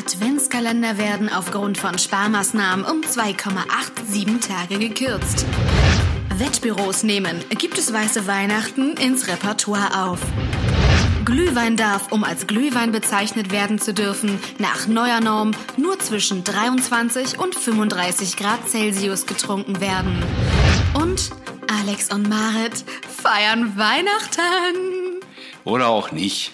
Adventskalender werden aufgrund von Sparmaßnahmen um 2,87 Tage gekürzt. Wettbüros nehmen Gibt es weiße Weihnachten ins Repertoire auf. Glühwein darf, um als Glühwein bezeichnet werden zu dürfen, nach neuer Norm nur zwischen 23 und 35 Grad Celsius getrunken werden. Und Alex und Marit feiern Weihnachten. Oder auch nicht.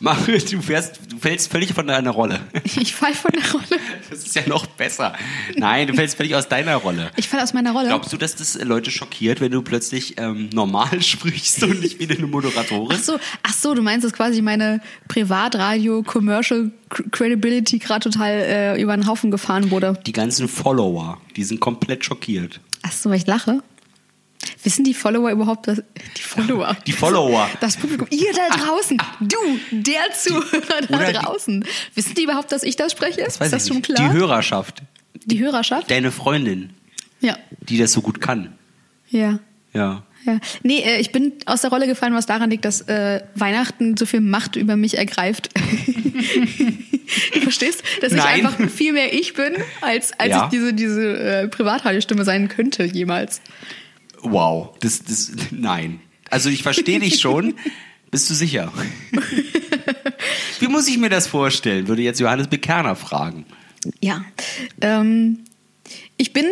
Marit, du, fährst, du fällst völlig von deiner Rolle. Ich fall von der Rolle. Das ist ja noch besser. Nein, du fällst völlig aus deiner Rolle. Ich fall aus meiner Rolle. Glaubst du, dass das äh, Leute schockiert, wenn du plötzlich ähm, normal sprichst und nicht wieder eine Moderatorin? Ach so, ach so, du meinst, dass quasi meine Privatradio-Commercial-Credibility gerade total äh, über den Haufen gefahren wurde. Die ganzen Follower, die sind komplett schockiert. Ach so, weil ich lache. Wissen die Follower überhaupt, dass, die Follower? Die Follower. Ah. Das Publikum, ihr da draußen, du, der Zuhörer oder da die- draußen. Wissen die überhaupt, dass ich das spreche? Weiß Ist das ich schon nicht. klar? Die Hörerschaft. Die Hörerschaft? Deine Freundin, Ja. die das so gut kann. Ja. Ja. Ja. Nee, äh, ich bin aus der Rolle gefallen, was daran liegt, dass äh, Weihnachten so viel Macht über mich ergreift. du verstehst, dass Nein. ich einfach viel mehr ich bin, als, als Ja. ich diese, diese äh, Privatradiostimme sein könnte jemals. Wow. Das, das, nein. Also ich verstehe dich schon. Bist du sicher? Wie muss ich mir das vorstellen? Würde jetzt Johannes Bekerner fragen. Ja. Ähm, ich bin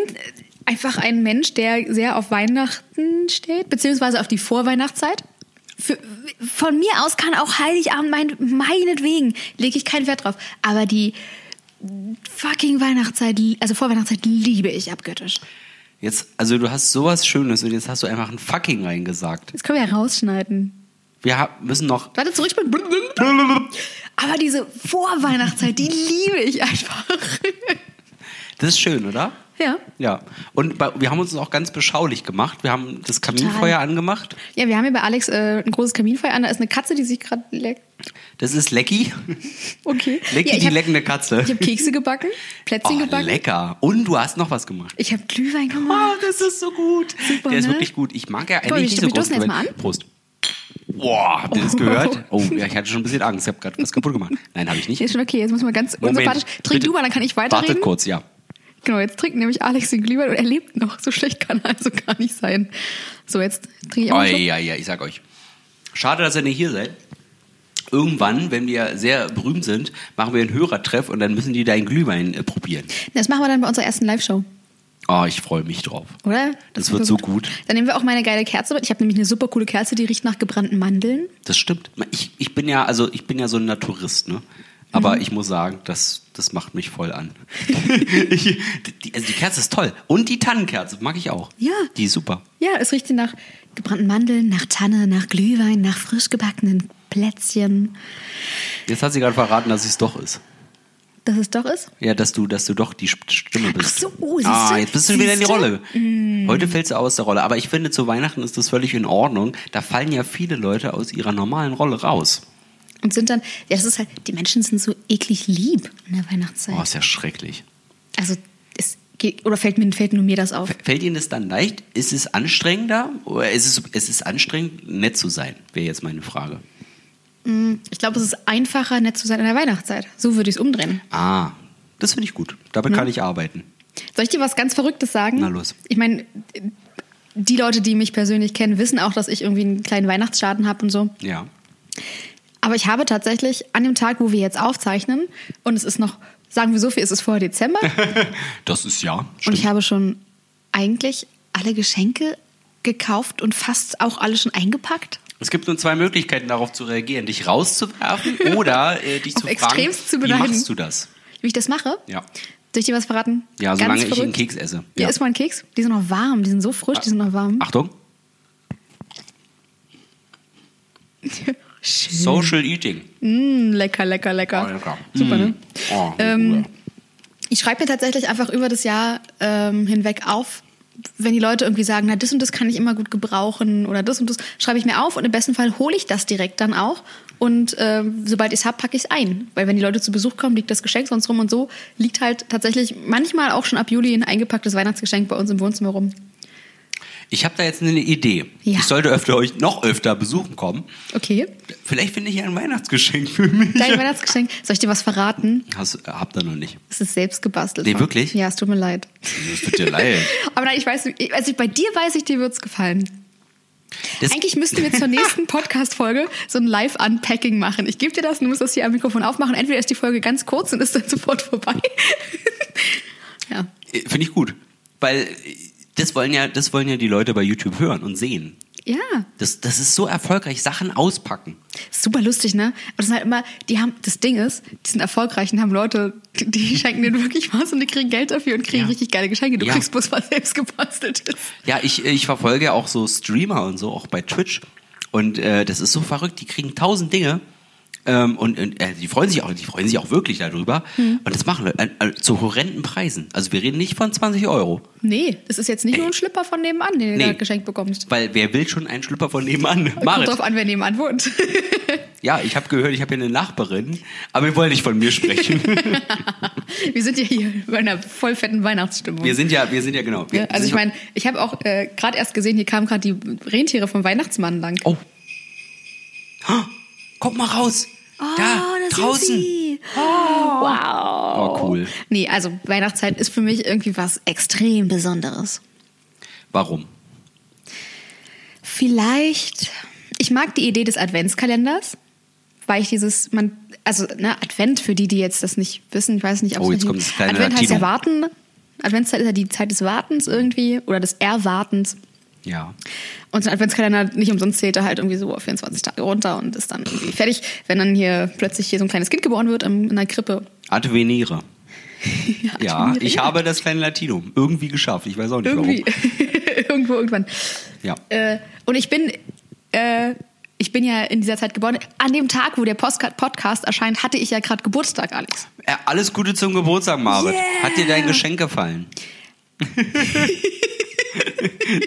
einfach ein Mensch, der sehr auf Weihnachten steht, beziehungsweise auf die Vorweihnachtszeit. Für, von mir aus kann auch Heiligabend mein, meinetwegen, lege ich keinen Wert drauf. Aber die fucking Weihnachtszeit, also Vorweihnachtszeit liebe ich abgöttisch. Jetzt, also du hast sowas Schönes und jetzt hast du einfach ein Fucking reingesagt. Das können wir ja rausschneiden. Wir ha- müssen noch. Warte zurück, ich bin. Aber diese Vorweihnachtszeit, die liebe ich einfach. Das ist schön, oder? ja. Ja. Und bei, wir haben uns auch ganz beschaulich gemacht. Wir haben das Kaminfeuer angemacht. Ja, wir haben hier bei Alex äh, ein großes Kaminfeuer an. Da ist eine Katze, die sich gerade leckt. Das ist Lecky. Okay. Lecky, Ja, ich die hab- leckende Katze. Ich habe Kekse gebacken, oh, Plätzchen gebacken. lecker. Und du hast noch was gemacht. Ich habe Glühwein Oh, gemacht. das ist so gut. Super, Der ist ne? wirklich gut. Ich mag ja eigentlich Toll, wir nicht so stoßen groß. jetzt mal an. Prost. Boah, habt ihr das Oh. gehört? Oh, ja, ich hatte schon ein bisschen Angst. Ich habe gerade was kaputt gemacht. Nein, habe ich Ja, nicht. Ist schon okay, jetzt muss man ganz unsympathisch. Trink Bitte. du mal, dann kann ich weiterreden. Wartet kurz, ja. Genau, jetzt trinkt nämlich Alex den Glühwein und er lebt noch. So schlecht kann er also gar nicht sein. So, jetzt trinke ich auch Oh, mal. einen Schluck. ja, ja, ich sag euch. Schade, dass ihr nicht hier seid. Irgendwann, wenn wir sehr berühmt sind, machen wir einen Hörertreff und dann müssen die deinen Glühwein äh, probieren. Das machen wir dann bei unserer ersten Live-Show, Oh, ich freue mich drauf. oder? Das wird wird so gut. Dann nehmen wir auch meine geile Kerze mit. Ich habe nämlich eine super coole Kerze, die riecht nach gebrannten Mandeln. Das stimmt. Ich, ich bin ja, also ich bin ja so ein Naturist, ne? Aber Mhm. ich muss sagen, das, das macht mich voll an. ich, die, also die Kerze ist toll. Und die Tannenkerze mag ich auch. Ja. Die ist super. Ja, es riecht nach gebrannten Mandeln, nach Tanne, nach Glühwein, nach frisch gebackenen Plätzchen. Jetzt hat sie gerade verraten, dass es doch ist. Dass es doch ist. Ja, dass du, dass du doch die St- Stimme bist. Ach so, oh, siehst ah, du? jetzt bist du wieder in die Siehst du? Rolle. Mm. Heute fällst du aus der Rolle. Aber ich finde, zu Weihnachten ist das völlig in Ordnung. Da fallen ja viele Leute aus ihrer normalen Rolle raus. Und sind dann, ja, das ist halt, die Menschen sind so eklig lieb in der Weihnachtszeit. Oh, ist ja schrecklich. Also, es geht, oder fällt, mir, fällt nur mir das auf? Fällt Ihnen das dann leicht? Ist es anstrengender? Oder ist es, es ist anstrengend, nett zu sein? Wäre jetzt meine Frage. Ich glaube, es ist einfacher, nett zu sein in der Weihnachtszeit. So würde ich es umdrehen. Ah, das finde ich gut. Damit kann ich arbeiten. Soll ich dir was ganz Verrücktes sagen? Na los. Ich meine, die Leute, die mich persönlich kennen, wissen auch, dass ich irgendwie einen kleinen Weihnachtsschaden habe und so. Ja. Aber ich habe tatsächlich an dem Tag, wo wir jetzt aufzeichnen, und es ist noch, sagen wir so viel, es ist vor Dezember, Das ist ja. Und Stimmt. ich habe schon eigentlich alle Geschenke gekauft und fast auch alle schon eingepackt. es gibt nur zwei Möglichkeiten, darauf zu reagieren: dich rauszuwerfen oder äh, dich Auf zu fragen, extremst zu wie beleidigen. machst du das? Wie ich das mache? Ja. Soll ich dir was verraten? Ja, Ganz solange ich verrückt. einen Keks esse. Hier Ja. ist mal ein Keks. Die sind noch warm. Die sind so frisch, die sind noch warm. Achtung, Schön. Social Eating. Mm, lecker, lecker, lecker. Oh, lecker. Super, ne? Oh, Ähm, ich schreibe mir tatsächlich einfach über das Jahr ähm, hinweg auf, wenn die Leute irgendwie sagen, na, das und das kann ich immer gut gebrauchen oder das und das, schreibe ich mir auf und im besten Fall hole ich das direkt dann auch. Und ähm, sobald ich es habe, packe ich es ein. Weil wenn die Leute zu Besuch kommen, liegt das Geschenk sonst rum und so liegt halt tatsächlich manchmal auch schon ab Juli ein eingepacktes Weihnachtsgeschenk bei uns im Wohnzimmer rum. Ich habe da jetzt eine Idee. Ja. Ich sollte öfter euch noch öfter besuchen kommen. Okay. Vielleicht finde ich ja ein Weihnachtsgeschenk für mich. Dein Weihnachtsgeschenk. Soll ich dir was verraten? Hast, habt ihr noch nicht. Es ist selbst gebastelt. Nee, wirklich? Ja, es tut mir leid. Das tut dir leid. Aber nein, ich weiß, ich- also bei dir weiß ich, dir wird's gefallen. Das- Eigentlich müssten wir zur nächsten Podcast-Folge so ein Live-Unpacking machen. Ich gebe dir das, du musst das hier am Mikrofon aufmachen. Entweder ist die Folge ganz kurz und ist dann sofort vorbei. ja. Äh, Finde ich gut. Weil äh, das wollen, ja, das wollen ja die Leute bei YouTube hören und sehen. Ja. Das, das ist so erfolgreich, Sachen auspacken. Super lustig, ne? Aber das sind halt immer, die haben, das Ding ist, die sind erfolgreich und haben Leute, die, die schenken denen wirklich was und die kriegen Geld dafür und kriegen Ja. richtig geile Geschenke. Du Ja. kriegst bloß was selbst gebastelt ist. Ja, ich, ich verfolge ja auch so Streamer und so, auch bei Twitch. Und äh, das ist so verrückt, die kriegen tausend Dinge. Ähm, und und äh, die freuen sich auch, die freuen sich auch wirklich darüber. Mhm. Und das machen wir äh, äh, zu horrenden Preisen. Also wir reden nicht von 20 Euro. Nee, das ist jetzt nicht nur ein Schlipper von nebenan, den du Nee. da geschenkt bekommst. Weil wer will schon einen Schlüpper von nebenan? Kommt Marit. drauf an, wer nebenan wohnt. Ja, ich habe gehört, ich habe hier eine Nachbarin, aber wir wollen nicht von mir sprechen. Wir sind ja hier bei einer voll fetten Weihnachtsstimmung. Wir sind ja, wir sind ja genau. Wir, Ja, also ich meine, ich habe auch äh, gerade erst gesehen, hier kamen gerade die Rentiere vom Weihnachtsmann lang. Oh. Ah, Guck mal raus. Ah, da, draußen. Wow. Oh, cool. Nee, also Weihnachtszeit ist für mich irgendwie was extrem Besonderes. Warum? Vielleicht. Ich mag die Idee des Adventskalenders, weil ich dieses, man, also ne, Advent für die, die jetzt das nicht wissen, ich weiß nicht, ob Oh, es jetzt noch- kommt das kleine Advent heißt ja Latino. Warten. ne? Adventszeit ist ja die Zeit des Wartens irgendwie oder des Erwartens. Ja. Und so ein Adventskalender nicht umsonst zählt er halt irgendwie so auf 24 Tage runter und ist dann irgendwie fertig, wenn dann hier plötzlich hier so ein kleines Kind geboren wird in, in der Krippe. Adveniere. Ja, Adveniere. ich habe das kleine Latinum irgendwie geschafft. Ich weiß auch nicht Irgendwie. Irgendwo, irgendwann. Ja. Äh, und ich bin, äh, ich bin ja in dieser Zeit geboren. An dem Tag, wo der Postka- Podcast erscheint, hatte ich ja gerade Geburtstag, Alex. warum. Äh, alles Gute zum Geburtstag, Marit. Yeah. Hat dir dein Geschenk gefallen?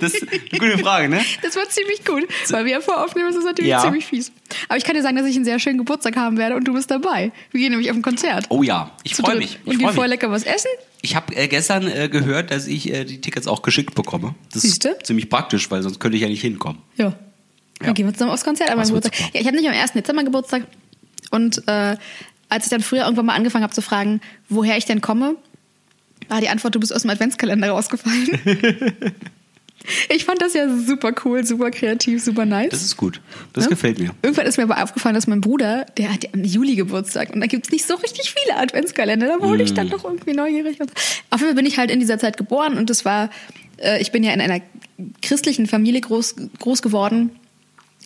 das ist eine gute Frage, ne? Das war ziemlich gut, weil wir ja voraufnehmen, das ist natürlich Ja. ziemlich fies. Aber ich kann dir sagen, dass ich einen sehr schönen Geburtstag haben werde und du bist dabei. Wir gehen nämlich auf ein Konzert. Oh ja, ich Zu freue dritt. mich. Ich Und gehen freue vorher mich. lecker was essen. Ich habe äh, gestern äh, gehört, dass ich äh, die Tickets auch geschickt bekomme. Das Siehste? ist ziemlich praktisch, weil sonst könnte ich ja nicht hinkommen. Ja. Dann Ja. gehen wir zusammen aufs Konzert an meinem Das wird Geburtstag. super. Ja, ich habe nicht am 1. Dezember Geburtstag. Und äh, als ich dann früher irgendwann mal angefangen habe zu fragen, woher ich denn komme, war die Antwort, du bist aus dem Adventskalender rausgefallen. ich fand das ja super cool, super kreativ, super nice. Das ist gut. Das Ne? gefällt mir. Irgendwann ist mir aber aufgefallen, dass mein Bruder, der hat ja im Juli Geburtstag und da gibt es nicht so richtig viele Adventskalender. Da wurde ich Mm. dann doch irgendwie neugierig. Und auf jeden Fall bin ich halt in dieser Zeit geboren und das war, äh, ich bin ja in einer christlichen Familie groß, groß geworden,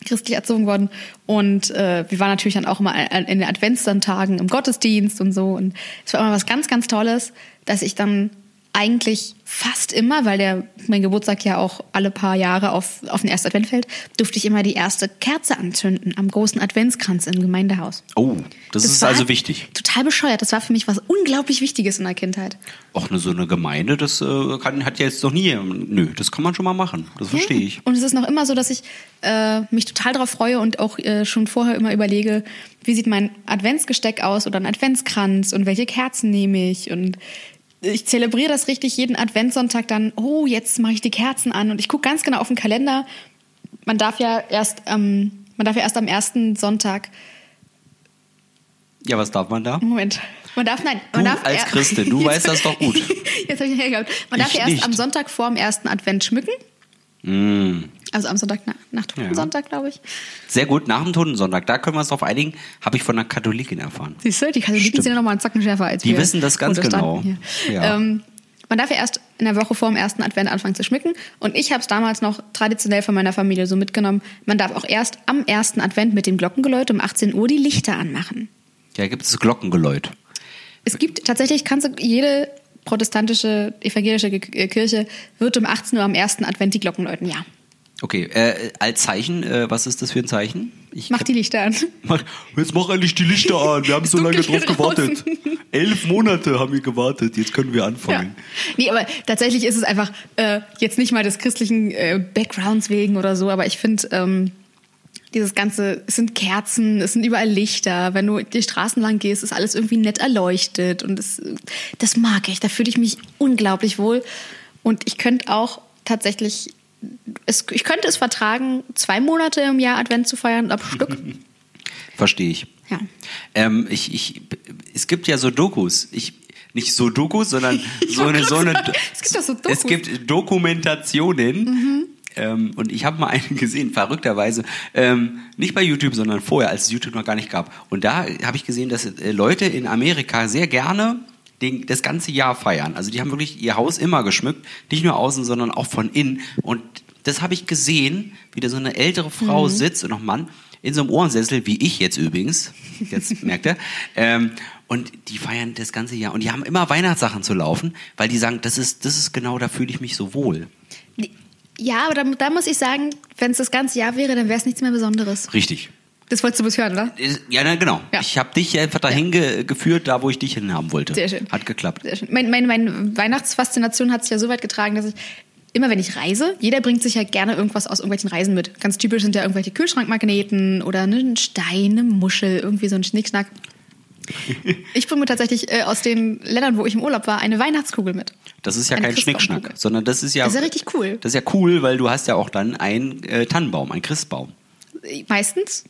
christlich erzogen worden und äh, wir waren natürlich dann auch immer an- in den Adventssonntagen im Gottesdienst und so und es war immer was ganz, ganz Tolles, dass ich dann eigentlich fast immer, weil der mein Geburtstag ja auch alle paar Jahre auf, auf den ersten Advent fällt, durfte ich immer die erste Kerze anzünden am großen Adventskranz im Gemeindehaus. Oh, das, ist war also halt wichtig. Total bescheuert. Das war für mich was unglaublich Wichtiges in der Kindheit. Auch eine, so eine Gemeinde, das äh, kann, hat ja jetzt noch nie jemand- Nö, das kann man schon mal machen. Das verstehe ich. Mhm. Und es ist noch immer so, dass ich äh, mich total darauf freue und auch äh, schon vorher immer überlege, wie sieht mein Adventsgesteck aus oder ein Adventskranz und welche Kerzen nehme ich und ich zelebriere das richtig jeden Adventssonntag dann, oh, jetzt mache ich die Kerzen an und ich gucke ganz genau auf den Kalender. Man darf ja erst, ähm, man darf ja erst am ersten Sonntag, Ja, was darf man da? Moment, man darf, nein, man Du darf als er- Christin, du Jetzt- weißt das doch gut. Jetzt habe ich einen gehabt. Man darf Ich ja erst nicht. am Sonntag vor dem ersten Advent schmücken, Mm. also am Sonntag nach, nach Totensonntag, glaube ich. Sehr gut, nach dem Totensonntag, da können wir uns drauf einigen, habe ich von einer Katholikin erfahren. Siehst du, die Katholiken Stimmt. sind ja nochmal einen Zacken schärfer als Die wir. wissen das ganz Protestanten genau. hier. Ja. Ähm, man darf ja erst in der Woche vor dem ersten Advent anfangen zu schmücken. Und ich habe es damals noch traditionell von meiner Familie so mitgenommen. Man darf auch erst am ersten Advent mit dem Glockengeläut um 18 Uhr die Lichter anmachen. Ja, gibt es Glockengeläut. Es gibt tatsächlich, kannst du, jede protestantische, evangelische Ge- äh, Kirche wird um 18 Uhr am ersten Advent die Glocken läuten. Ja, Okay, äh, als Zeichen, äh, was ist das für ein Zeichen? Ich mach die Lichter an. Mach, jetzt mach endlich die Lichter an, wir haben Es dunkelt hier draußen. Elf Monate haben wir gewartet, jetzt können wir Ja. Nee, aber tatsächlich ist es einfach äh, jetzt nicht mal des christlichen äh, Backgrounds wegen oder so, aber ich finde ähm, dieses ganze, es sind Kerzen, es sind überall Lichter. Wenn du die Straßen lang gehst, ist alles irgendwie nett erleuchtet und das, das mag ich. Da fühle ich mich unglaublich wohl und ich könnte auch tatsächlich es, ich könnte es vertragen, zwei Monate im Jahr Advent zu feiern, ab Stück. Verstehe ich. Ja. Ähm, ich, ich, es gibt ja so Dokus. Ich, nicht so Dokus, sondern Ich so wollte eine, grad so eine. sagen, es gibt doch so Dokus. Mhm. Es gibt Dokumentationen. Ähm, und ich habe mal eine gesehen, verrückterweise, ähm, nicht bei YouTube, sondern vorher, als es YouTube noch gar nicht gab. Und da habe ich gesehen, dass äh, Leute in Amerika sehr gerne den, das ganze Jahr feiern. Also die haben wirklich ihr Haus immer geschmückt, nicht nur außen, sondern auch von innen. Und das habe ich gesehen, wie da so eine ältere Frau Mhm. sitzt und noch ein Mann in so einem Ohrensessel, wie ich jetzt übrigens. Jetzt merkt er. Ähm, und die feiern das ganze Jahr. Und die haben immer Weihnachtssachen zu laufen, weil die sagen, das ist, das ist genau, da fühle ich mich so wohl. Ja, aber da, da muss ich sagen, wenn es das ganze Jahr wäre, dann wäre es nichts mehr Besonderes. Richtig. Das wolltest du bloß hören, oder? Ja, na, genau. Ja. Ich habe dich einfach dahin ge geführt, da wo ich dich hinhaben wollte. Sehr schön. Äh, Hat geklappt. Sehr schön. Mein, mein, meine Weihnachtsfaszination hat sich ja so weit getragen, dass ich immer, wenn ich reise, jeder bringt sich ja gerne irgendwas aus irgendwelchen Reisen mit. Ganz typisch sind ja irgendwelche Kühlschrankmagneten oder eine Steine, Muschel, irgendwie so ein Schnickschnack. Ich bringe mir tatsächlich äh, aus den Ländern, wo ich im Urlaub war, eine Weihnachtskugel mit. Das ist ja Eine kein Schnickschnack, Christbaumkugel. sondern das ist ja. Das ist ja richtig cool. Das ist ja cool, weil du hast ja auch dann einen äh, Tannenbaum, einen Christbaum. Meistens.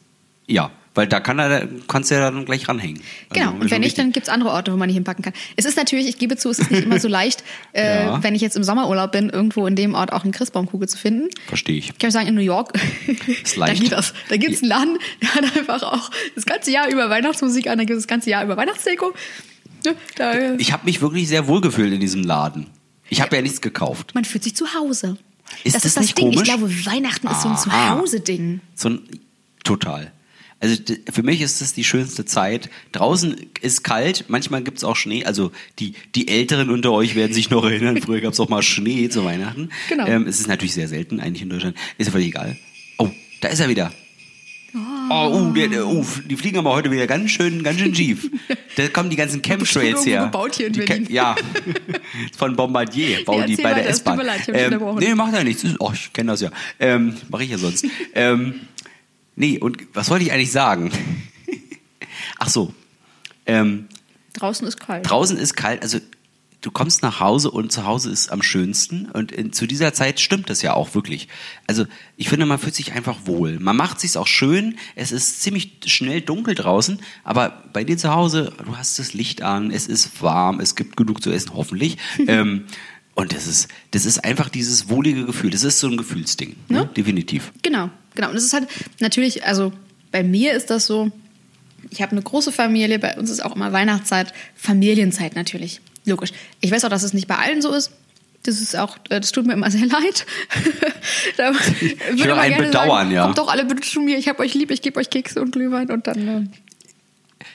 Ja, weil da kann er, kannst du ja dann gleich ranhängen. Also, Genau, und wenn nicht, dann gibt's andere Orte, wo man nicht hinpacken kann. Es ist natürlich, ich gebe zu, es ist nicht immer so leicht, äh, Ja. wenn ich jetzt im Sommerurlaub bin, irgendwo in dem Ort auch eine Christbaumkugel zu finden. Verstehe ich. Ich kann sagen, in New York, da leicht. geht das. Da gibt's einen Laden, der hat einfach auch das ganze Jahr über Weihnachtsmusik an, da gibt's das ganze Jahr über Weihnachtsdeko. Ne, Da, äh, Ich habe mich wirklich sehr wohl gefühlt in diesem Laden. Ich habe ja nichts gekauft. man fühlt sich zu Hause. Ist das das ist das nicht Ding. komisch? Ich glaube, Weihnachten ist so ein Aha. Zuhause-Ding. So ein, total. Also d- für mich ist das die schönste Zeit. Draußen ist kalt, manchmal gibt es auch Schnee. Also die, die Älteren unter euch werden sich noch erinnern, früher gab es auch mal Schnee zu Weihnachten. Genau. Ähm, es ist natürlich sehr selten, eigentlich in Deutschland. Ist ja völlig egal. Oh, da ist er wieder. Ah. Oh, uh, der, der, uh, die fliegen aber heute wieder ganz schön, ganz schön schief. Da kommen die ganzen Chemtrails irgendwo her. gebaut hier in die Berlin. Chem- ja, von Bombardier bauen Ja, die erzähl bei der weiter, es tut S-Bahn. mir leid, ich hab dich Ähm, unterbrochen. nee, macht ja nichts. Ist- Oh, ich kenne das ja. Ähm, Mache ich ja sonst. ähm, nee, und was wollte ich eigentlich sagen? Ach so. Ähm, Draußen ist kalt. draußen ist kalt, also du kommst nach Hause und zu Hause ist am schönsten und in, zu dieser Zeit stimmt das ja auch wirklich. Also ich finde, man fühlt sich einfach wohl. Man macht sich's auch schön. Es ist ziemlich schnell dunkel draußen, aber bei dir zu Hause, du hast das Licht an, es ist warm, es gibt genug zu essen, hoffentlich. ähm, und das ist, das ist einfach dieses wohlige Gefühl. Das ist so ein Gefühlsding, ne? definitiv. Genau, genau. Und es ist halt natürlich, also bei mir ist das so, ich habe eine große Familie, bei uns ist auch immer Weihnachtszeit, Familienzeit natürlich, logisch. Ich weiß auch, dass es nicht bei allen so ist. Das ist auch, äh, das tut mir immer sehr leid. da ich höre ein Bedauern, ja. Kommt doch alle bitte zu mir, ich habe euch lieb, ich gebe euch Kekse und Glühwein und dann. Äh,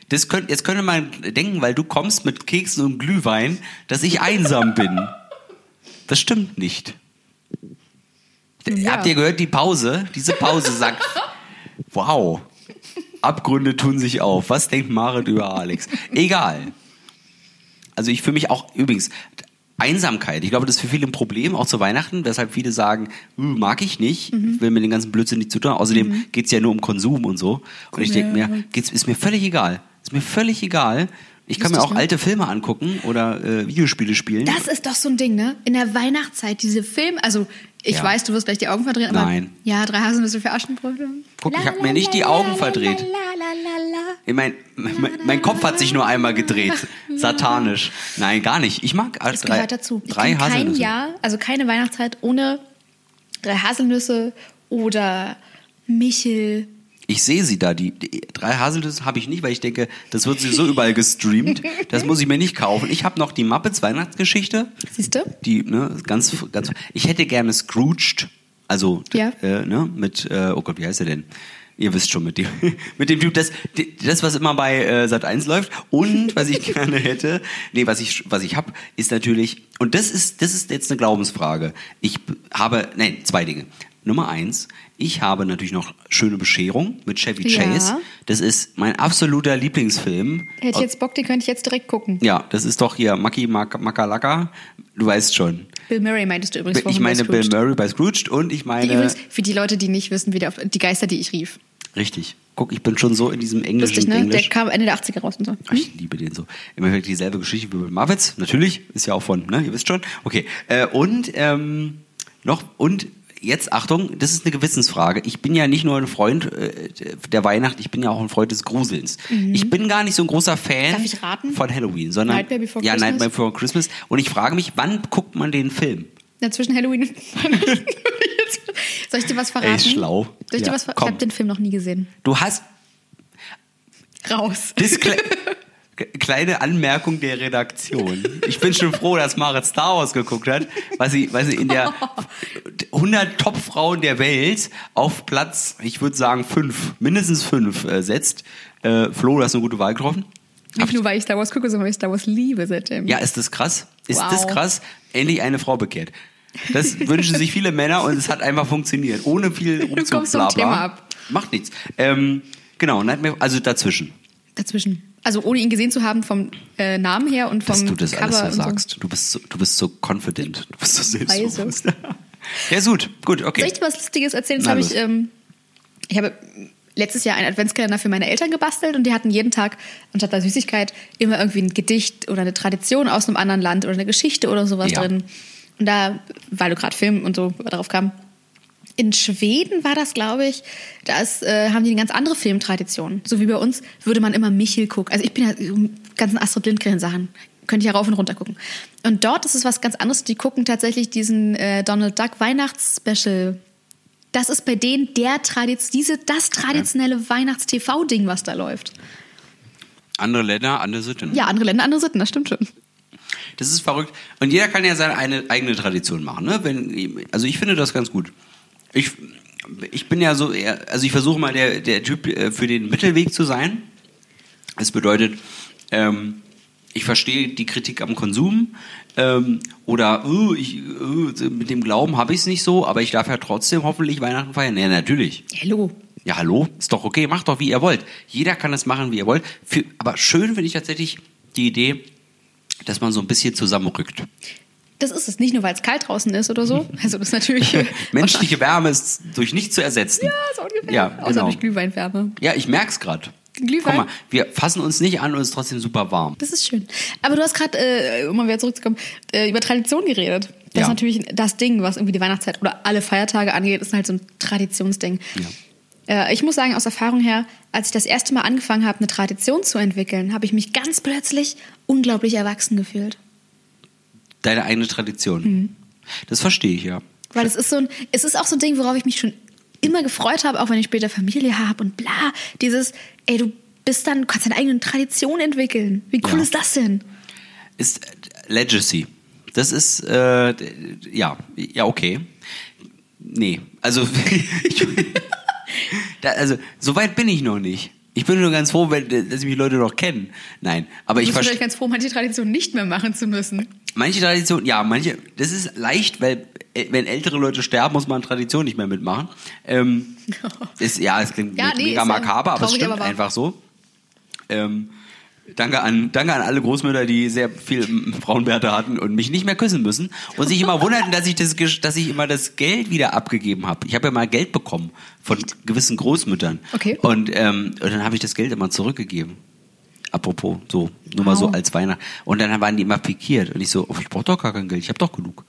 Das könnt, jetzt könnte man denken, weil du kommst mit Keksen und Glühwein, dass ich einsam bin. Das stimmt nicht. D- Ja. Habt ihr gehört, die Pause? Diese Pause sagt, wow, Abgründe tun sich auf. Was denkt Marit über Alex? Egal. Also ich fühle mich auch, übrigens, Einsamkeit. Ich glaube, das ist für viele ein Problem, auch zu Weihnachten, weshalb viele sagen, "Hm, mag ich nicht, Mhm. will mir den ganzen Blödsinn nicht zutun. Außerdem geht's ja nur um Konsum und so. Und ich denke mir, geht's, ist mir völlig egal. Ist mir völlig egal. Ich kann mir Lustig, auch ne? alte Filme angucken oder äh, Videospiele spielen. Das ist doch so ein Ding, ne? In der Weihnachtszeit, diese Film, also ich Ja. weiß, du wirst gleich die Augen verdrehen, aber Nein. ja, drei Haselnüsse für Aschenbrödel. Guck, ich La, hab la, mir nicht die la, Augen la, verdreht. la, la, la, la. Ich mein, mein, mein Kopf hat sich nur einmal gedreht. Satanisch. Nein, gar nicht. Ich mag äh, Es gehört dazu. Ich drei kann kein Haselnüsse. Jahr, also keine Weihnachtszeit ohne drei Haselnüsse oder Michel. Ich sehe sie da. Die, die drei Haselnüsse habe ich nicht, weil ich denke, das wird sowieso überall gestreamt. Das muss ich mir nicht kaufen. Ich habe noch die Muppets Weihnachtsgeschichte. Siehst du? Die, ne, ganz, ganz. Ich hätte gerne Scrooged. Also, d- Ja. äh, ne, mit, äh, oh Gott, wie heißt er denn? Ihr wisst schon, mit dem, mit dem Typ, das, die- das, was immer bei äh, Sat 1 läuft. Und was ich gerne hätte, nee, was ich, was ich habe, ist natürlich, und das ist, das ist jetzt eine Glaubensfrage. Ich b- habe, nein, zwei Dinge. Nummer eins, ich habe natürlich noch schöne Bescherung mit Chevy Ja. Chase. Das ist mein absoluter Lieblingsfilm. Aus- Hätte ich jetzt Bock, die könnte ich jetzt direkt gucken. Oh. ja, das ist doch hier Maki Mak Makalaka. Du weißt schon. Bill Murray meintest du übrigens Ich vorhin bei meine Bill Scrooged. Murray bei Scrooged und ich meine. Die übrigens, für die Leute, die nicht wissen, wie der auf, die Geister, die ich rief. richtig. Guck, ich bin schon so in diesem englischen Lustig, ne? Englisch. Der kam Ende der 80er raus und so. Hm? Ach, Ich liebe den so. Im Endeffekt dieselbe Geschichte wie bei Marvitz. Natürlich, ist ja auch von, ne? Ihr wisst schon. Okay. Äh, und ähm, noch, und jetzt Achtung, das ist eine Gewissensfrage. Ich bin ja nicht nur ein Freund äh, der Weihnacht, ich bin ja auch ein Freund des Gruselns. Ich bin gar nicht so ein großer Fan Mhm. Darf ich raten? von Halloween, sondern Nightmare Before ja, Christmas? Nightmare Before Christmas. Und ich frage mich, wann guckt man den Film? Na, zwischen Halloween und Weihnachten. Soll ich dir was verraten? Ey, schlau. Soll ich dir Ja, was ver- Ich komm. habe den Film noch nie gesehen. Du hast Raus. Discla Kleine Anmerkung der Redaktion. Ich bin schon froh, dass Marit Star Wars geguckt hat, weil sie, weil sie in der 100 Top-Frauen der Welt auf Platz, ich würde sagen, fünf, mindestens fünf äh, setzt. Äh, Flo, du hast eine gute Wahl getroffen. Nicht nur, weil ich Star Wars gucke, sondern weil ich Star Wars liebe seitdem. Ja, ist das krass? Ist Wow. das krass? Endlich eine Frau bekehrt. Das wünschen sich viele Männer und es hat einfach funktioniert. Ohne viel Umzug, kommst vom bla, bla. Thema ab. Macht nichts. Ähm, genau, Nightmare- also dazwischen. Dazwischen. Also ohne ihn gesehen zu haben vom äh, Namen her und vom dass du das Cover alles so und sagst. Du bist so, du bist so confident. Du bist so selbstbewusst. Weise. ja, ist gut. Gut, Soll okay. ich dir was Lustiges erzählen? Das Na, habe los. ich, ähm, ich habe letztes Jahr einen Adventskalender für meine Eltern gebastelt und die hatten jeden Tag anstatt einer Süßigkeit immer irgendwie ein Gedicht oder eine Tradition aus einem anderen Land oder eine Geschichte oder sowas Ja. drin. Und da, weil du gerade Film und so darauf kam, in Schweden war das, glaube ich, da ist, äh, haben die eine ganz andere Filmtradition. So wie bei uns würde man immer Michel gucken. Also ich bin ja so ganzen Astrid Lindgren Sachen. Könnte ich ja rauf und runter gucken. Und dort ist es was ganz anderes. Die gucken tatsächlich diesen äh, Donald Duck Weihnachts-Special. Das ist bei denen der Tradition, diese, das traditionelle Weihnachts-TV-Ding, was da läuft. Andere Länder, andere Sitten. Ja, andere Länder, andere Sitten, das stimmt schon. Das ist verrückt. Und jeder kann ja seine eine, eigene Tradition machen. Ne? Wenn, also ich finde das ganz gut. Ich, ich bin ja so, eher, also ich versuche mal der, der Typ äh, für den Mittelweg zu sein. Das bedeutet, ähm, ich verstehe die Kritik am Konsum ähm, oder uh, ich, uh, mit dem Glauben habe ich es nicht so, aber ich darf ja trotzdem hoffentlich Weihnachten feiern. Ja, natürlich. Hello. Ja, hallo, ist doch okay, macht doch, wie ihr wollt. Jeder kann das machen, wie ihr wollt. Für, aber schön finde ich tatsächlich die Idee, dass man so ein bisschen zusammenrückt. Das ist es. Nicht nur, weil es kalt draußen ist oder so. Also das ist natürlich... Menschliche Wärme ist durch nichts zu ersetzen. Ja, so ungefähr. Ja, Außer genau. durch Glühweinwärme. Ja, ich merk's gerade. Glühwein. Guck mal, wir fassen uns nicht an und es ist trotzdem super warm. Das ist schön. Aber du hast gerade, äh, um mal wieder zurückzukommen, äh, über Tradition geredet. Ja. Das ist natürlich das Ding, was irgendwie die Weihnachtszeit oder alle Feiertage angeht, ist halt so ein Traditionsding. Äh, ich muss sagen, aus Erfahrung her, als ich das erste Mal angefangen habe, eine Tradition zu entwickeln, habe ich mich ganz plötzlich unglaublich erwachsen gefühlt. Deine eigene Tradition. Mhm. Das verstehe ich ja. Weil es ist so ein, es ist auch so ein Ding, worauf ich mich schon immer gefreut habe, auch wenn ich später Familie habe und bla. Dieses, ey, du bist dann, kannst deine eigene Tradition entwickeln. Wie cool Ja. ist das denn? Ist äh, Legacy. Das ist, äh, d- ja, ja, okay. Nee, also, ich, da, also, so weit bin ich noch nicht. Ich bin nur ganz froh, wenn, dass mich Leute noch kennen. Nein, aber ich bin verstehe. vielleicht ganz froh, manche Tradition nicht mehr machen zu müssen. Manche Traditionen, ja, manche, das ist leicht, weil äh, wenn ältere Leute sterben, muss man Tradition nicht mehr mitmachen. Ähm, ist, ja, es klingt Ja, me- nee, ist mega ja makaber, aber es traurig, stimmt aber wahr. einfach so. Ähm, danke, an, danke an alle Großmütter, die sehr viel m, Frauenwerte hatten und mich nicht mehr küssen müssen und sich immer wunderten, dass ich, das, gesch- dass ich immer das Geld wieder abgegeben habe. Ich habe ja mal Geld bekommen von gewissen Großmüttern. Okay. Und, ähm, und dann habe ich das Geld immer zurückgegeben. Apropos, so, nur mal so Wow. als Weihnachten. Und dann waren die immer pikiert. Und ich so, oh, ich brauche doch gar kein Geld, ich habe doch genug.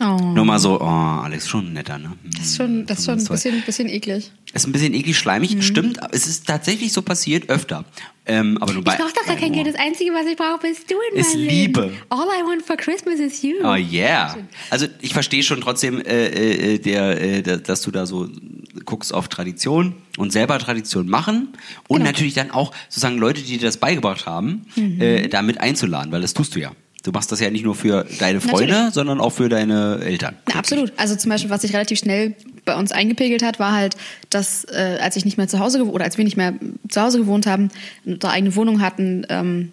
Oh. Nur mal so, oh, Alex, schon ein netter, ne? Das ist schon, das ist schon ein bisschen, Mhm. bisschen eklig. Ist ein bisschen eklig schleimig, stimmt, aber es ist tatsächlich so passiert, öfter. Ähm, aber nur bei, ich brauche doch bei gar kein Humor. Geld. Das Einzige, was ich brauche, bist du in Ist meinem Liebe. Leben. All I want for Christmas is you. Oh yeah. Also ich verstehe schon trotzdem, äh, äh, der, äh, da- dass du da so guckst auf Tradition und selber Tradition machen und Genau. Mhm. natürlich dann auch sozusagen Leute, die dir das beigebracht haben, äh, damit einzuladen, weil das tust du ja. Du machst das ja nicht nur für deine Freunde, Natürlich. sondern auch für deine Eltern. Na, absolut. Also zum Beispiel, was sich relativ schnell bei uns eingepegelt hat, war halt, dass äh, als ich nicht mehr zu Hause gew- oder als wir nicht mehr zu Hause gewohnt haben, unsere eigene Wohnung hatten, ähm,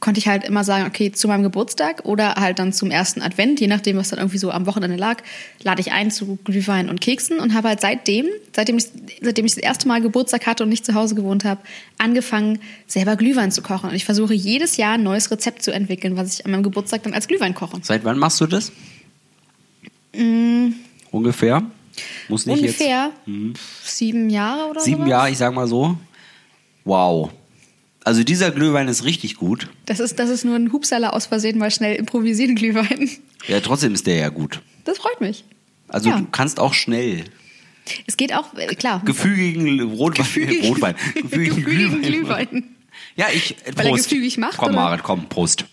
konnte ich halt immer sagen, okay, zu meinem Geburtstag oder halt dann zum ersten Advent, je nachdem, was dann irgendwie so am Wochenende lag, lade ich ein zu Glühwein und Keksen und habe halt seitdem, seitdem ich, seitdem ich das erste Mal Geburtstag hatte und nicht zu Hause gewohnt habe, angefangen, selber Glühwein zu kochen. Und ich versuche jedes Jahr ein neues Rezept zu entwickeln, was ich an meinem Geburtstag dann als Glühwein koche. Seit wann machst du das? Ungefähr? Muss nicht jetzt. Mhm. Mhm. Ungefähr sieben Jahre oder Sieben sowas. Jahre, ich sag mal so. Wow. Also dieser Glühwein ist richtig gut. Das ist, das ist nur ein Hubsaler aus Versehen mal schnell improvisieren Glühwein. Ja, trotzdem ist der ja gut. Das freut mich. Also Ja. du kannst auch schnell Es geht auch, äh, klar. gefügigen Rotwein, Gefügigen- Rotwein, gefügigen Glühwein. gefügigen Glühwein. Ja, ich äh, Weil er Prost. gefügig macht, komm, oder? Marit, komm, Prost.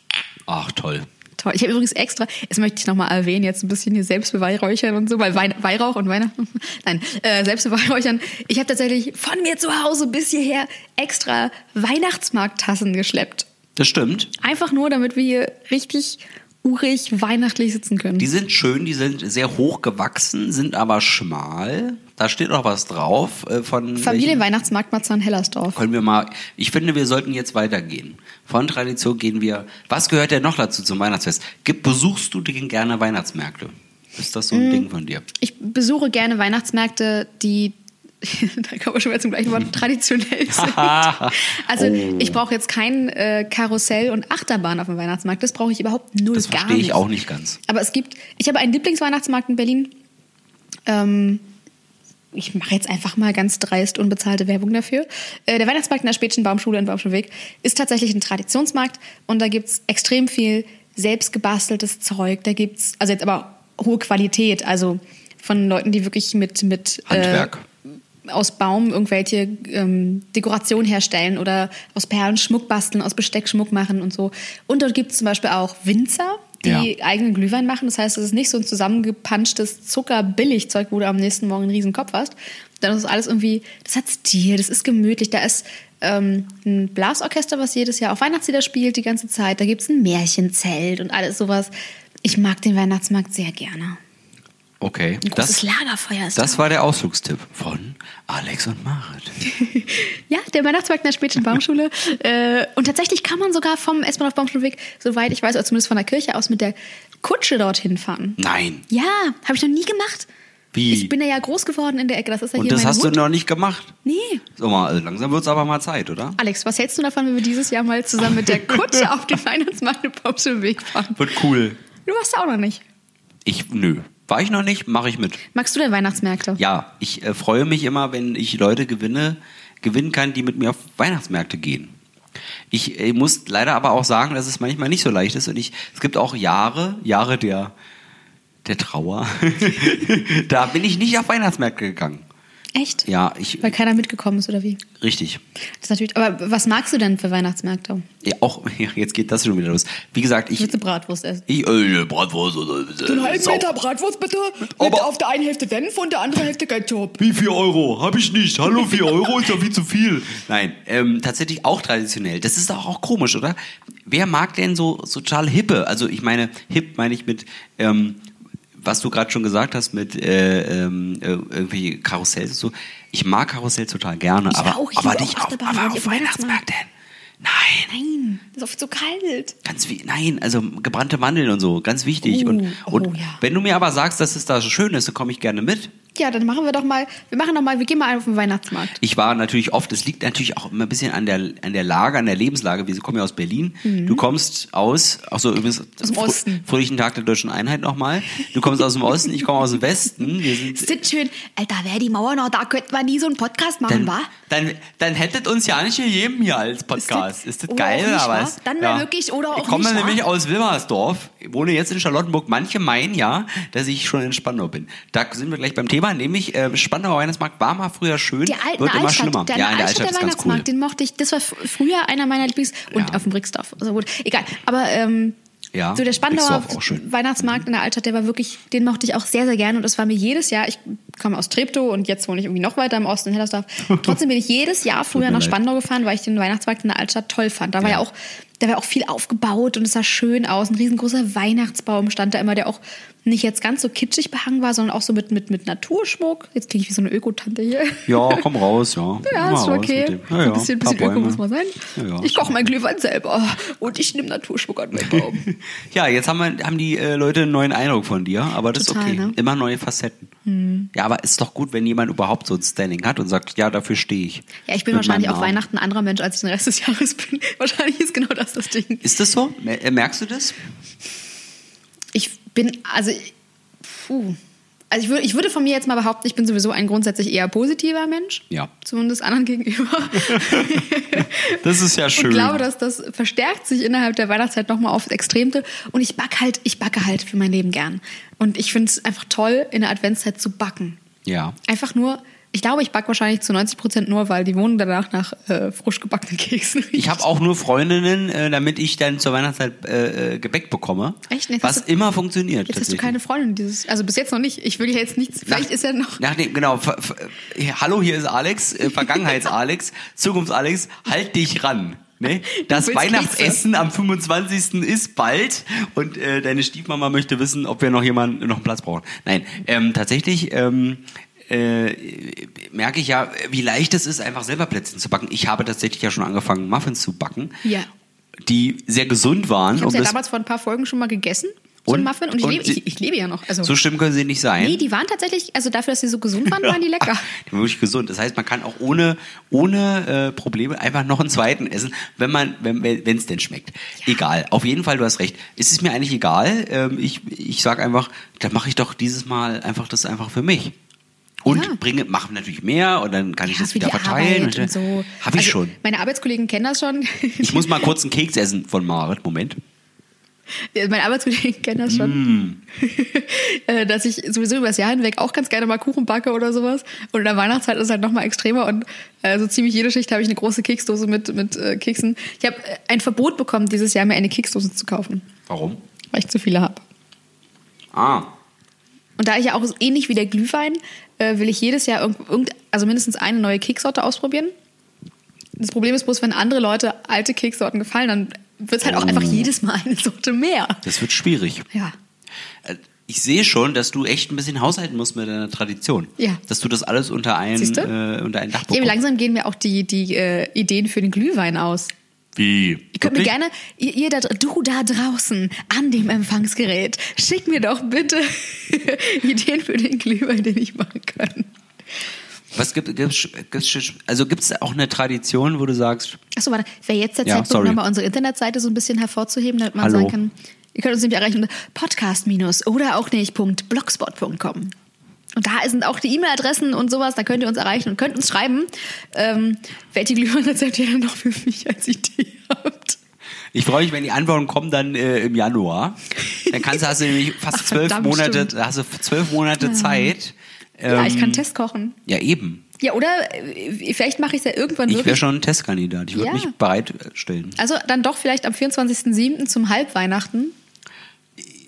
Ach toll. Toll. Ich habe übrigens extra, das möchte ich nochmal erwähnen, jetzt ein bisschen hier Selbstbeweihräuchern und so, weil Wein, Weihrauch und Weihnachten, nein, äh, Selbstbeweihräuchern. Ich habe tatsächlich von mir zu Hause bis hierher extra Weihnachtsmarkttassen geschleppt. Das stimmt. Einfach nur, damit wir hier richtig urig weihnachtlich sitzen können. Die sind schön, die sind sehr hoch gewachsen, sind aber schmal. Da steht noch was drauf äh, von welchen- Familienweihnachtsmarkt Marzahn-Hellersdorf. Können wir mal, ich finde, wir sollten jetzt weitergehen. Von Tradition gehen wir. Was gehört denn noch dazu zum Weihnachtsfest? Gibt, besuchst du denn gerne Weihnachtsmärkte? Ist das so Äh, ein Ding von dir? Ich besuche gerne Weihnachtsmärkte, die da kommen wir schon wieder zum gleichen Wort, traditionell sind. Also Oh. ich brauche jetzt kein äh, Karussell und Achterbahn auf dem Weihnachtsmarkt. Das brauche ich überhaupt null Das gar verstehe nicht. ich auch nicht ganz. Aber es gibt, ich habe einen Lieblingsweihnachtsmarkt in Berlin. Ähm, ich mache jetzt einfach mal ganz dreist unbezahlte Werbung dafür. Äh, der Weihnachtsmarkt in der Spätschen Baumschule in Baumschulweg ist tatsächlich ein Traditionsmarkt und da gibt es extrem viel selbstgebasteltes Zeug. Da gibt es, also jetzt aber hohe Qualität, also von Leuten, die wirklich mit, mit Handwerk. Äh, aus Baum irgendwelche ähm, Dekorationen herstellen oder aus Perlen Schmuck basteln, aus Besteck Schmuck machen und so. Und dort gibt es zum Beispiel auch Winzer, die Ja. eigenen Glühwein machen. Das heißt, es ist nicht so ein zusammengepanschtes Zuckerbilligzeug, wo du am nächsten Morgen einen riesen Kopf hast. Dann ist alles irgendwie, das hat Stil, das ist gemütlich. Da ist ähm, ein Blasorchester, was jedes Jahr auf Weihnachtslieder spielt die ganze Zeit. Da gibt es ein Märchenzelt und alles sowas. Ich mag den Weihnachtsmarkt sehr gerne. Okay. Ein großes Das, Lagerfeuer ist das da. war der Ausflugstipp von Alex und Marit. Ja, der Weihnachtsmarkt in der Spätschen Baumschule. äh, und tatsächlich kann man sogar vom S-Bahnhof Baumschulweg, soweit ich weiß, oder zumindest von der Kirche aus, mit der Kutsche dorthin fahren. Nein. Ja, habe ich noch nie gemacht. Wie? Ich bin da ja groß geworden in der Ecke. Das ist ja Und hier das meine hast Hut. du noch nicht gemacht. Nee. So mal, also langsam wird es aber mal Zeit, oder? Alex, was hältst du davon, wenn wir dieses Jahr mal zusammen mit der Kutsche auf den Weihnachtsmarkt in Popselweg fahren? Wird cool. Du warst da auch noch nicht. Ich, nö. War ich noch nicht, mache ich mit. Magst du denn Weihnachtsmärkte? Ja, ich äh, freue mich immer, wenn ich Leute gewinne, gewinnen kann, die mit mir auf Weihnachtsmärkte gehen. Ich äh, muss leider aber auch sagen, dass es manchmal nicht so leicht ist und ich, es gibt auch Jahre, Jahre der, der Trauer. da bin ich nicht auf Weihnachtsmärkte gegangen. Echt? Ja, ich, Weil keiner mitgekommen ist oder wie? richtig. Das ist natürlich. Aber was magst du denn für Weihnachtsmärkte? Ja, auch, ja, jetzt geht das schon wieder los. Wie gesagt, ich, Willst du Bratwurst essen? ich, äh, Bratwurst, äh, Einen halben Sau. Meter Bratwurst bitte. Aber- Mit auf der einen Hälfte Senf und der anderen Hälfte Ketchup. Wie 4 Euro? Hab ich nicht. Hallo, 4 Euro ist ja viel zu viel. Nein, ähm, tatsächlich auch traditionell. Das ist doch auch komisch, oder? Wer mag denn so so total hippe? Also ich meine, hip meine ich mit, ähm, was du gerade schon gesagt hast, mit äh, ähm, äh, irgendwie Karussells und so. Ich mag Karussells total gerne, aber, auch. Ich aber liebe nicht auf, auch Achterbahn, aber weil auf die Weihnachtsmarkt- Weihnachtsmärkten. Nein, Nein, das ist oft so kalt. ganz wie, nein, also gebrannte Mandeln und so, ganz wichtig. Oh, und und oh ja. wenn du mir aber sagst, dass es da so schön ist, dann komme ich gerne mit. Ja, dann machen wir doch mal. Wir machen doch mal. Wir gehen mal auf den Weihnachtsmarkt. Ich war natürlich oft, es liegt natürlich auch immer ein bisschen an der, an der Lage, an der Lebenslage. Wir kommen ja aus Berlin. Du kommst aus, ach so übrigens, aus Mhm. dem Osten. Fröhlichen Tag der Deutschen Einheit nochmal. Du kommst aus dem Osten, ich komme aus dem Westen. Wir sind, Ist das schön? Alter, wäre die Mauer noch da, könnten wir nie so einen Podcast machen, dann, wa? dann, dann hättet uns ja nicht gegeben hier als Podcast. Ist das, oder geil auch nicht, oder wa? was? Dann mal wirklich oder Ich auch komme nicht, wa? nämlich aus Wilmersdorf, wohne jetzt in Charlottenburg. Manche meinen ja, dass ich schon in Spandau bin. Da sind wir gleich beim Thema, nämlich äh, Spandauer Weihnachtsmarkt war mal früher schön, Der alten wird immer Altstadt, schlimmer. Der, ja, alten in der Altstadt, der ist ganz cool. Weihnachtsmarkt, den mochte ich. Das war fr- früher einer meiner Lieblings- und Ja. auf dem Brixdorf. Also gut, egal. Aber ähm, Ja, so der Spandauer Brixdorf auch schön. Mhm. Weihnachtsmarkt in der Altstadt, der war wirklich, den mochte ich auch sehr, sehr gerne. Und es war mir jedes Jahr, ich komme aus Treptow und jetzt wohne ich irgendwie noch weiter im Osten in Hellersdorf. Trotzdem bin ich jedes Jahr mir früher nach leid. Spandau gefahren, weil ich den Weihnachtsmarkt in der Altstadt toll fand. Da war ja, Ja. auch, da war auch viel aufgebaut und es sah schön aus. Ein riesengroßer Weihnachtsbaum stand da immer, der auch nicht jetzt ganz so kitschig behangen war, sondern auch so mit, mit, mit Naturschmuck. Jetzt klinge ich wie so eine Ökotante hier. Ja, komm raus, ja. Ja, Komm mal ist schon raus okay. mit dem. Ja, ja, ein bisschen, paar bisschen Öko Bäume. muss man sein. Ja, ja, ich schon. koche mein Glühwein selber und ich nehme Naturschmuck an meinen Baum. Ja, jetzt haben, wir, haben die äh, Leute einen neuen Eindruck von dir, aber das Total, ist okay. ne? Mhm. Immer neue Facetten. Ja, aber ist doch gut, wenn jemand überhaupt so ein Standing hat und sagt, ja, dafür stehe ich. Ja, ich bin Mit wahrscheinlich meinem auf Namen. Weihnachten ein anderer Mensch, als ich den Rest des Jahres bin. Wahrscheinlich ist genau das das Ding. Ist das so? Mer- äh, Merkst du das? Ich bin, also, puh. Also ich, würde, ich würde von mir jetzt mal behaupten, ich bin sowieso ein grundsätzlich eher positiver Mensch. Ja. Zumindest anderen gegenüber. Das ist ja schön. Und glaube, dass das verstärkt sich innerhalb der Weihnachtszeit nochmal aufs Extremste. Und ich backe halt, ich backe halt für mein Leben gern. Und ich finde es einfach toll, in der Adventszeit zu backen. ja. Einfach nur, ich glaube, ich backe wahrscheinlich zu 90 Prozent nur, weil die wohnen danach nach äh, frisch gebackenen Keksen. Ich habe auch nur Freundinnen, äh, damit ich dann zur Weihnachtszeit äh, äh, Gebäck bekomme. Echt? Jetzt was hast du- immer funktioniert. Jetzt hast du tatsächlich. keine Freundin dieses, also bis jetzt noch nicht. Ich will ja jetzt nichts, vielleicht Nach- ist ja noch. Nach dem, genau. ver- ver- ja, Hallo, hier ist Alex, äh, Vergangenheits-Alex, Zukunfts-Alex, halt dich ran. Ne? Das willst Weihnachtsessen am 25. ist bald und äh, deine Stiefmama möchte wissen, ob wir noch jemanden, noch einen Platz brauchen. Nein, ähm, tatsächlich ähm, äh, merke ich ja, wie leicht es ist, einfach selber Plätzchen zu backen. Ich habe tatsächlich ja schon angefangen, Muffins zu backen, Ja. die sehr gesund waren. Ich habe um ja das- damals vor ein paar Folgen schon mal gegessen, so Und- einen Muffin. Und ich, und lebe, sie- ich, ich lebe ja noch. Also, so schlimm können sie nicht sein. nee, die waren tatsächlich, also dafür, dass sie so gesund waren, waren die lecker. Die waren wirklich gesund. Das heißt, man kann auch ohne, ohne äh, Probleme einfach noch einen zweiten essen, wenn man, wenn wenn es denn schmeckt. Egal. Auf jeden Fall, du hast recht. Es ist mir eigentlich egal. Ähm, ich ich sage einfach, dann mache ich doch dieses Mal einfach das einfach für mich. Und Ja. bringe, mache natürlich mehr und dann kann ich Ja, das für wieder die verteilen. Arbeit und so. Habe ich Also, schon. Meine Arbeitskollegen kennen das schon. Ich muss mal kurz einen Keks essen von Marit. Moment. Meine Arbeitskollegen kennen das schon. Äh, dass ich sowieso über das Jahr hinweg auch ganz gerne mal Kuchen backe oder sowas. Und in der Weihnachtszeit ist es halt nochmal extremer. Und äh, so ziemlich jede Schicht habe ich eine große Keksdose mit, mit äh, Keksen. Ich habe äh, ein Verbot bekommen, dieses Jahr mir eine Keksdose zu kaufen, Warum? weil ich zu viele habe. Ah. Und da ich ja auch ähnlich wie der Glühwein, äh, will ich jedes Jahr irgend, irgend, also mindestens eine neue Keksorte ausprobieren. Das Problem ist bloß, wenn andere Leute alte Keksorten gefallen, dann wird es halt auch einfach jedes Mal eine Sorte mehr. Das wird schwierig. Ja. Äh, Ich sehe schon, dass du echt ein bisschen haushalten musst mit deiner Tradition. Ja. Dass du das alles unter einen, Siehste? äh, unter einen Dach Eben bekommst. langsam gehen mir auch die, die äh, Ideen für den Glühwein aus. Wie? Ihr könnt mir gerne, ihr, ihr da, dr- du da draußen an dem Empfangsgerät, schickt mir doch bitte Ideen für den Glühwein, den ich machen kann. Was gibt, gibt's, gibt's, also gibt es auch eine Tradition, wo du sagst, Achso, warte, wäre jetzt der Ja, Zeitpunkt, sorry. nochmal unsere Internetseite so ein bisschen hervorzuheben, damit man Hallo. sagen kann, ihr könnt uns nämlich erreichen unter podcast- oder auch nicht .blogspot.com. Und da sind auch die E-Mail-Adressen und sowas, da könnt ihr uns erreichen und könnt uns schreiben, ähm, welche Glühweinrezepte ihr denn noch für mich als Idee habt. ich freue mich, wenn die Antworten kommen dann äh, im Januar. Dann kannst du, hast du nämlich Ach, fast zwölf verdammt, Monate, stimmt. da hast du zwölf Monate Zeit. ja, ich kann Ähm, Test kochen. Ja, eben. Ja, oder äh, vielleicht mache ich es ja irgendwann Ich wäre wirklich. schon ein Testkandidat. Ich würde Ja. mich äh, bereitstellen. Also dann doch vielleicht am 24.07. zum Halbweihnachten.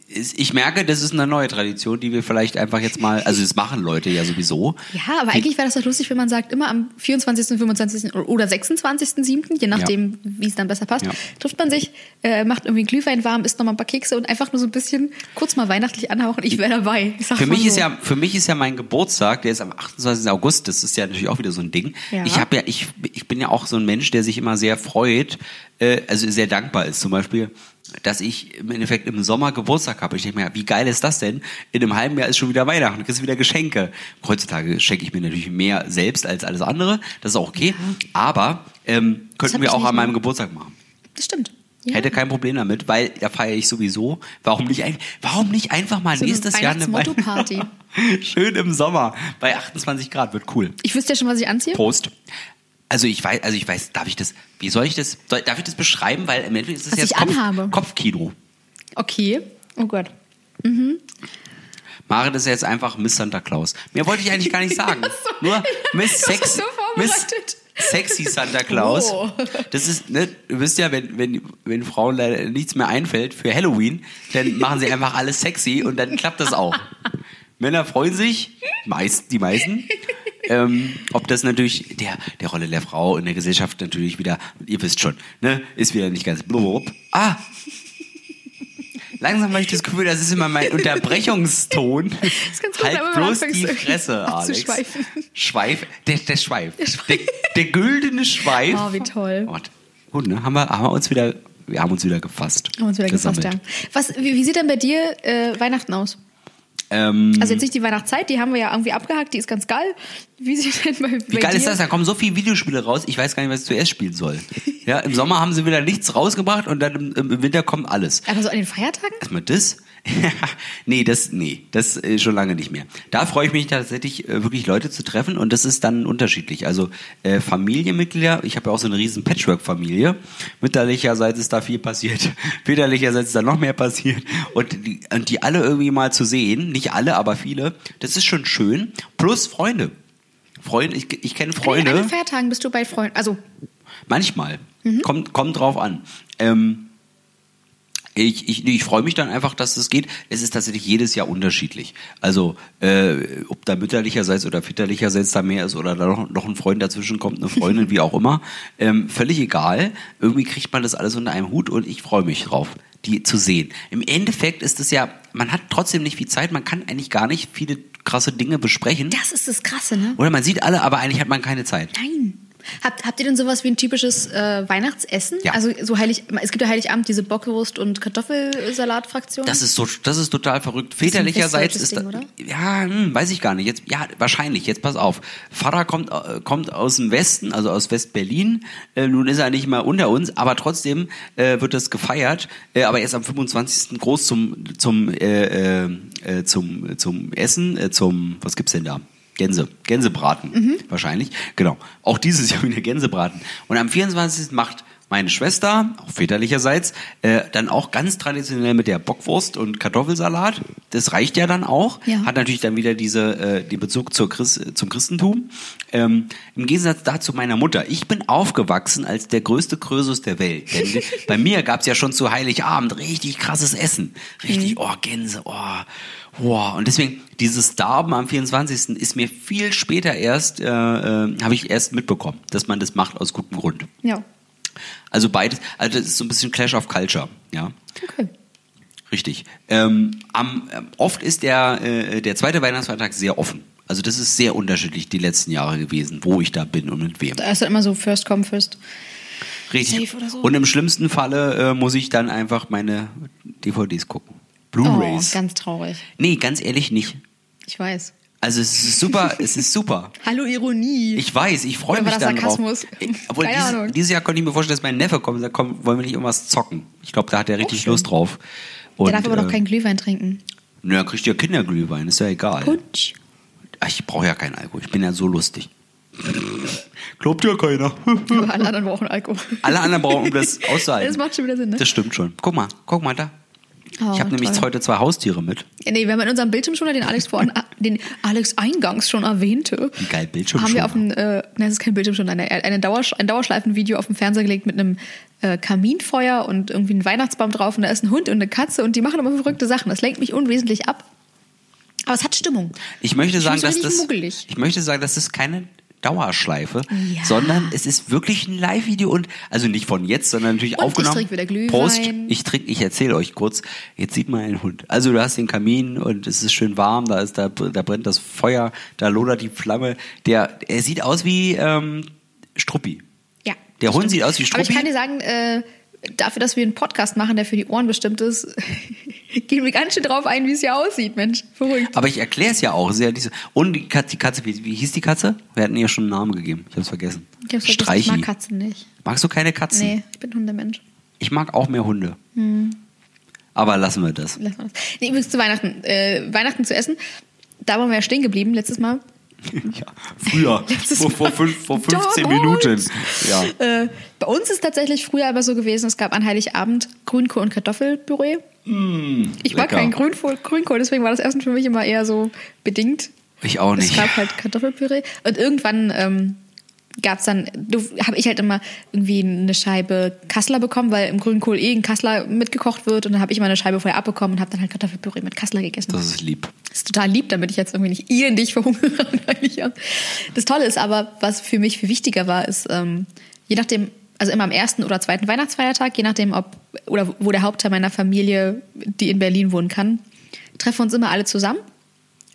Ist- Ich merke, das ist eine neue Tradition, die wir vielleicht einfach jetzt mal, also das machen Leute ja sowieso. Ja, aber eigentlich wäre das doch lustig, wenn man sagt, immer am 24., 25. oder 26.07., je nachdem, wie es dann besser passt, Ja. trifft man sich, äh, macht irgendwie einen Glühwein warm, isst nochmal ein paar Kekse und einfach nur so ein bisschen kurz mal weihnachtlich anhauchen. Ich wäre dabei. Ich sag Für mal mich, so. ist ja, für mich ist ja mein Geburtstag, der ist am 28. August, das ist ja natürlich auch wieder so ein Ding. Ja. Ich, hab ja, ich, ich bin ja auch so ein Mensch, der sich immer sehr freut, äh, also sehr dankbar ist zum Beispiel, dass ich im Endeffekt im Sommer Geburtstag habe. Ich denke mir, wie geil ist das denn? In einem halben Jahr ist schon wieder Weihnachten, du kriegst wieder Geschenke. Heutzutage schenke ich mir natürlich mehr selbst als alles andere, das ist auch okay, aber ähm, könnten hab wir ich auch nicht an meinem mehr. Geburtstag machen. Das stimmt. Ja. Hätte kein Problem damit, weil da feiere ich sowieso. Warum nicht, ein, warum nicht einfach mal eine nächstes Jahr eine Weihnachtsmotto-Party. Schön im Sommer bei 28 Grad wird cool. Ich wüsste ja schon, was ich anziehe. Prost. Also ich weiß, also ich weiß, darf ich das, wie soll ich das, soll, darf ich das beschreiben, weil im Endeffekt ist das Was jetzt ich anhabe. Kopf, Kopfkino. Okay. Oh Gott. Maren ist jetzt einfach Miss Santa Claus. Mehr wollte ich eigentlich gar nicht sagen. Nur Miss Ich war Sex, so Miss vorbereitet. Sexy Santa Claus. Oh. Das ist, ne, du wisst ja, wenn, wenn, wenn Frauen leider nichts mehr einfällt für Halloween, dann machen sie einfach alles sexy und dann klappt das auch. Männer freuen sich, meist, die meisten. Ähm, ob das natürlich der, der Rolle der Frau in der Gesellschaft natürlich wieder, ihr wisst schon, ne, ist wieder nicht ganz blub. Ah! Langsam habe ich das Gefühl, das ist immer mein Unterbrechungston. ist ganz gut, halt wenn man bloß anfängt, die irgendwie Fresse, Alex. abzuschweifen. Schweif, der, der Schweif. Der, Schweif. der, güldene Schweif. Oh, wie toll. Gott. Gut, ne? Haben wir, haben wir uns wieder, wir haben uns wieder gefasst. Haben wir uns wieder gefasst, ja. Gesammelt. Was, wie, wie sieht denn bei dir äh, Weihnachten aus? Ähm, Also jetzt nicht die Weihnachtszeit, die haben wir ja irgendwie abgehakt, die ist ganz geil. Wie sieht denn bei, wie bei geil dir? ist das? Da kommen so viele Videospiele raus, ich weiß gar nicht, was ich zuerst spielen soll. Ja, im Sommer haben sie wieder nichts rausgebracht und dann im, im Winter kommt alles. Aber so an den Feiertagen? Erstmal das. nee, das, nee, das äh, schon lange nicht mehr. Da freue ich mich tatsächlich, äh, wirklich Leute zu treffen und das ist dann unterschiedlich. Also äh, Familienmitglieder, ich habe ja auch so eine riesen Patchwork-Familie. Mütterlicherseits ist da viel passiert, väterlicherseits ist da noch mehr passiert und die, und die alle irgendwie mal zu sehen, nicht alle, aber viele, das ist schon schön. Plus Freunde. Freunde, ich, ich kenne An den- An Freunde. den Feiertagen bist du bei Freunden. Also, Manchmal. Kommt, kommt drauf an. Ähm, ich ich, nee, ich freue mich dann einfach, dass es geht. Es ist tatsächlich jedes Jahr unterschiedlich. Also, äh, ob da mütterlicherseits oder väterlicherseits da mehr ist oder da noch, noch ein Freund dazwischen kommt, eine Freundin, wie auch immer. Ähm, völlig egal. Irgendwie kriegt man das alles unter einem Hut und ich freue mich drauf, die zu sehen. Im Endeffekt ist es ja, man hat trotzdem nicht viel Zeit, man kann eigentlich gar nicht viele krasse Dinge besprechen. das ist das Krasse, ne? Oder man sieht alle, aber eigentlich hat man keine Zeit. Nein. Habt, habt ihr denn sowas wie ein typisches äh, Weihnachtsessen? Ja. Also so heilig, es gibt ja Heiligabend diese Bockwurst- und Kartoffelsalatfraktion. Das ist so, das ist total verrückt. ist ein Väterlicherseits westdeutsches ist, da, Ding, oder? ja, hm, weiß ich gar nicht. Jetzt, ja, wahrscheinlich. Jetzt pass auf. Vater kommt, äh, kommt aus dem Westen, also aus West-Berlin. Äh, nun ist er nicht mal unter uns, aber trotzdem äh, wird das gefeiert. Äh, aber erst am 25. groß zum zum äh, äh, äh, zum zum Essen, äh, zum was gibt's denn da? Gänse, Gänsebraten wahrscheinlich. Genau. Auch dieses Jahr wieder Gänsebraten. Und am 24. macht meine Schwester, auch väterlicherseits, äh, dann auch ganz traditionell mit der Bockwurst und Kartoffelsalat. Das reicht ja dann auch. Ja. Hat natürlich dann wieder diese, äh, den Bezug zur Christ, zum Christentum. Ähm, Im Gegensatz dazu meiner Mutter. Ich bin aufgewachsen als der größte Krösus der Welt. Denn bei mir gab es ja schon zu Heiligabend richtig krasses Essen. Richtig, oh, Gänse, oh, wow. Und deswegen, dieses Darben am 24. ist mir viel später erst, äh, äh, habe ich erst mitbekommen, dass man das macht aus gutem Grund. ja. Also beides, also das ist so ein bisschen Clash of Culture, ja. Okay. Richtig. Ähm, am, ähm, oft ist der, äh, der zweite Weihnachtsfeiertag sehr offen. Also das ist sehr unterschiedlich die letzten Jahre gewesen, wo ich da bin und mit wem. Da ist dann immer so First Come First. Richtig. safe oder so. Und im schlimmsten Falle äh, muss ich dann einfach meine DVDs gucken. Blu-rays. Oh, ganz traurig. nee, ganz ehrlich nicht. Ich weiß. Also es ist super, es ist super. Hallo Ironie. Ich weiß, ich freue Oder war mich das dann Sarkasmus? drauf. Ich- Obwohl Keine dieses, Ahnung. dieses Jahr konnte ich mir vorstellen, dass mein Neffe kommt und sagt, komm, wollen wir nicht irgendwas zocken? Ich glaube, da hat er richtig Lust drauf. Und, Der darf aber äh, doch keinen Glühwein trinken. Naja, kriegt ja Kinderglühwein, ist ja egal. Putsch. Ach, ich brauche ja keinen Alkohol, ich bin ja so lustig. Glaubt ja keiner. Aber alle anderen brauchen Alkohol. Alle anderen brauchen, um das auszuhalten. Das macht schon wieder Sinn, ne? Das stimmt schon. Guck mal, guck mal da. Oh, ich habe nämlich toll. heute zwei Haustiere mit. Ja, nee, wir haben in unserem Bildschirmschoner den Alex vor, den Alex eingangs schon erwähnte. Wie geil Bildschirmschoner. Haben wir auf dem, äh, nein, es ist kein Bildschirmschoner, eine, eine Dauersch ein Dauerschleifenvideo auf dem Fernseher gelegt mit einem äh, Kaminfeuer und irgendwie einen Weihnachtsbaum drauf und da ist ein Hund und eine Katze und die machen immer verrückte Sachen. Das lenkt mich unwesentlich ab. Aber es hat Stimmung. Ich möchte sagen, find's dass richtig das, muggelig. ich möchte sagen, das ist keine Dauerschleife, Ja. sondern es ist wirklich ein Live-Video und also nicht von jetzt, sondern natürlich Und ich aufgenommen. trink wieder Glühwein. Prost, ich trinke, ich erzähle euch kurz. Jetzt sieht man einen Hund. Also du hast den Kamin und es ist schön warm, da ist da, da brennt das Feuer, da lodert die Flamme. Der, er sieht aus wie ähm, Struppi. Ja. Der Hund sieht aus wie Aber ich Struppi. kann dir sagen, äh, dafür, dass wir einen Podcast machen, der für die Ohren bestimmt ist, gehen wir ganz schön drauf ein, wie es hier aussieht, Mensch. Verrückt. Aber ich erkläre es ja auch. Es ist ja diese, und die Katze, die Katze wie, wie hieß die Katze? Wir hatten ihr schon einen Namen gegeben. Ich habe es vergessen. Ich hab's vergessen, ich Streichi. mag Katzen nicht. Magst du keine Katzen? Nee, ich bin Hundemensch. Ich mag auch mehr Hunde. Aber lassen wir das. Lass mal das. Nee, übrigens zu Weihnachten. Äh, Weihnachten zu essen. Da waren wir ja stehen geblieben letztes Mal. ja, früher, Letztes vor, vor, Mal. fünf, vor 15 Dog. Minuten. Ja. Äh, bei uns ist tatsächlich früher aber so gewesen, es gab an Heiligabend Grünkohl und Kartoffelpüree. ich mag lecker. keinen Grünkohl, Grünkohl, deswegen war das Essen für mich immer eher so bedingt. Ich auch nicht. Es gab halt Kartoffelpüree. Und irgendwann ähm, gab es dann, habe ich halt immer irgendwie eine Scheibe Kassler bekommen, weil im Grünkohl eh ein Kassler mitgekocht wird. Und dann habe ich immer eine Scheibe vorher abbekommen und habe dann halt Kartoffelpüree mit Kassler gegessen. Das ist lieb. Das ist total lieb, damit ich jetzt irgendwie nicht elendig verhungere. am Heiligabend. Das Tolle ist aber, was für mich viel wichtiger war, ist, ähm, je nachdem, also immer am ersten oder zweiten Weihnachtsfeiertag, je nachdem, ob oder wo der Hauptteil meiner Familie, die in Berlin wohnen kann, treffen wir uns immer alle zusammen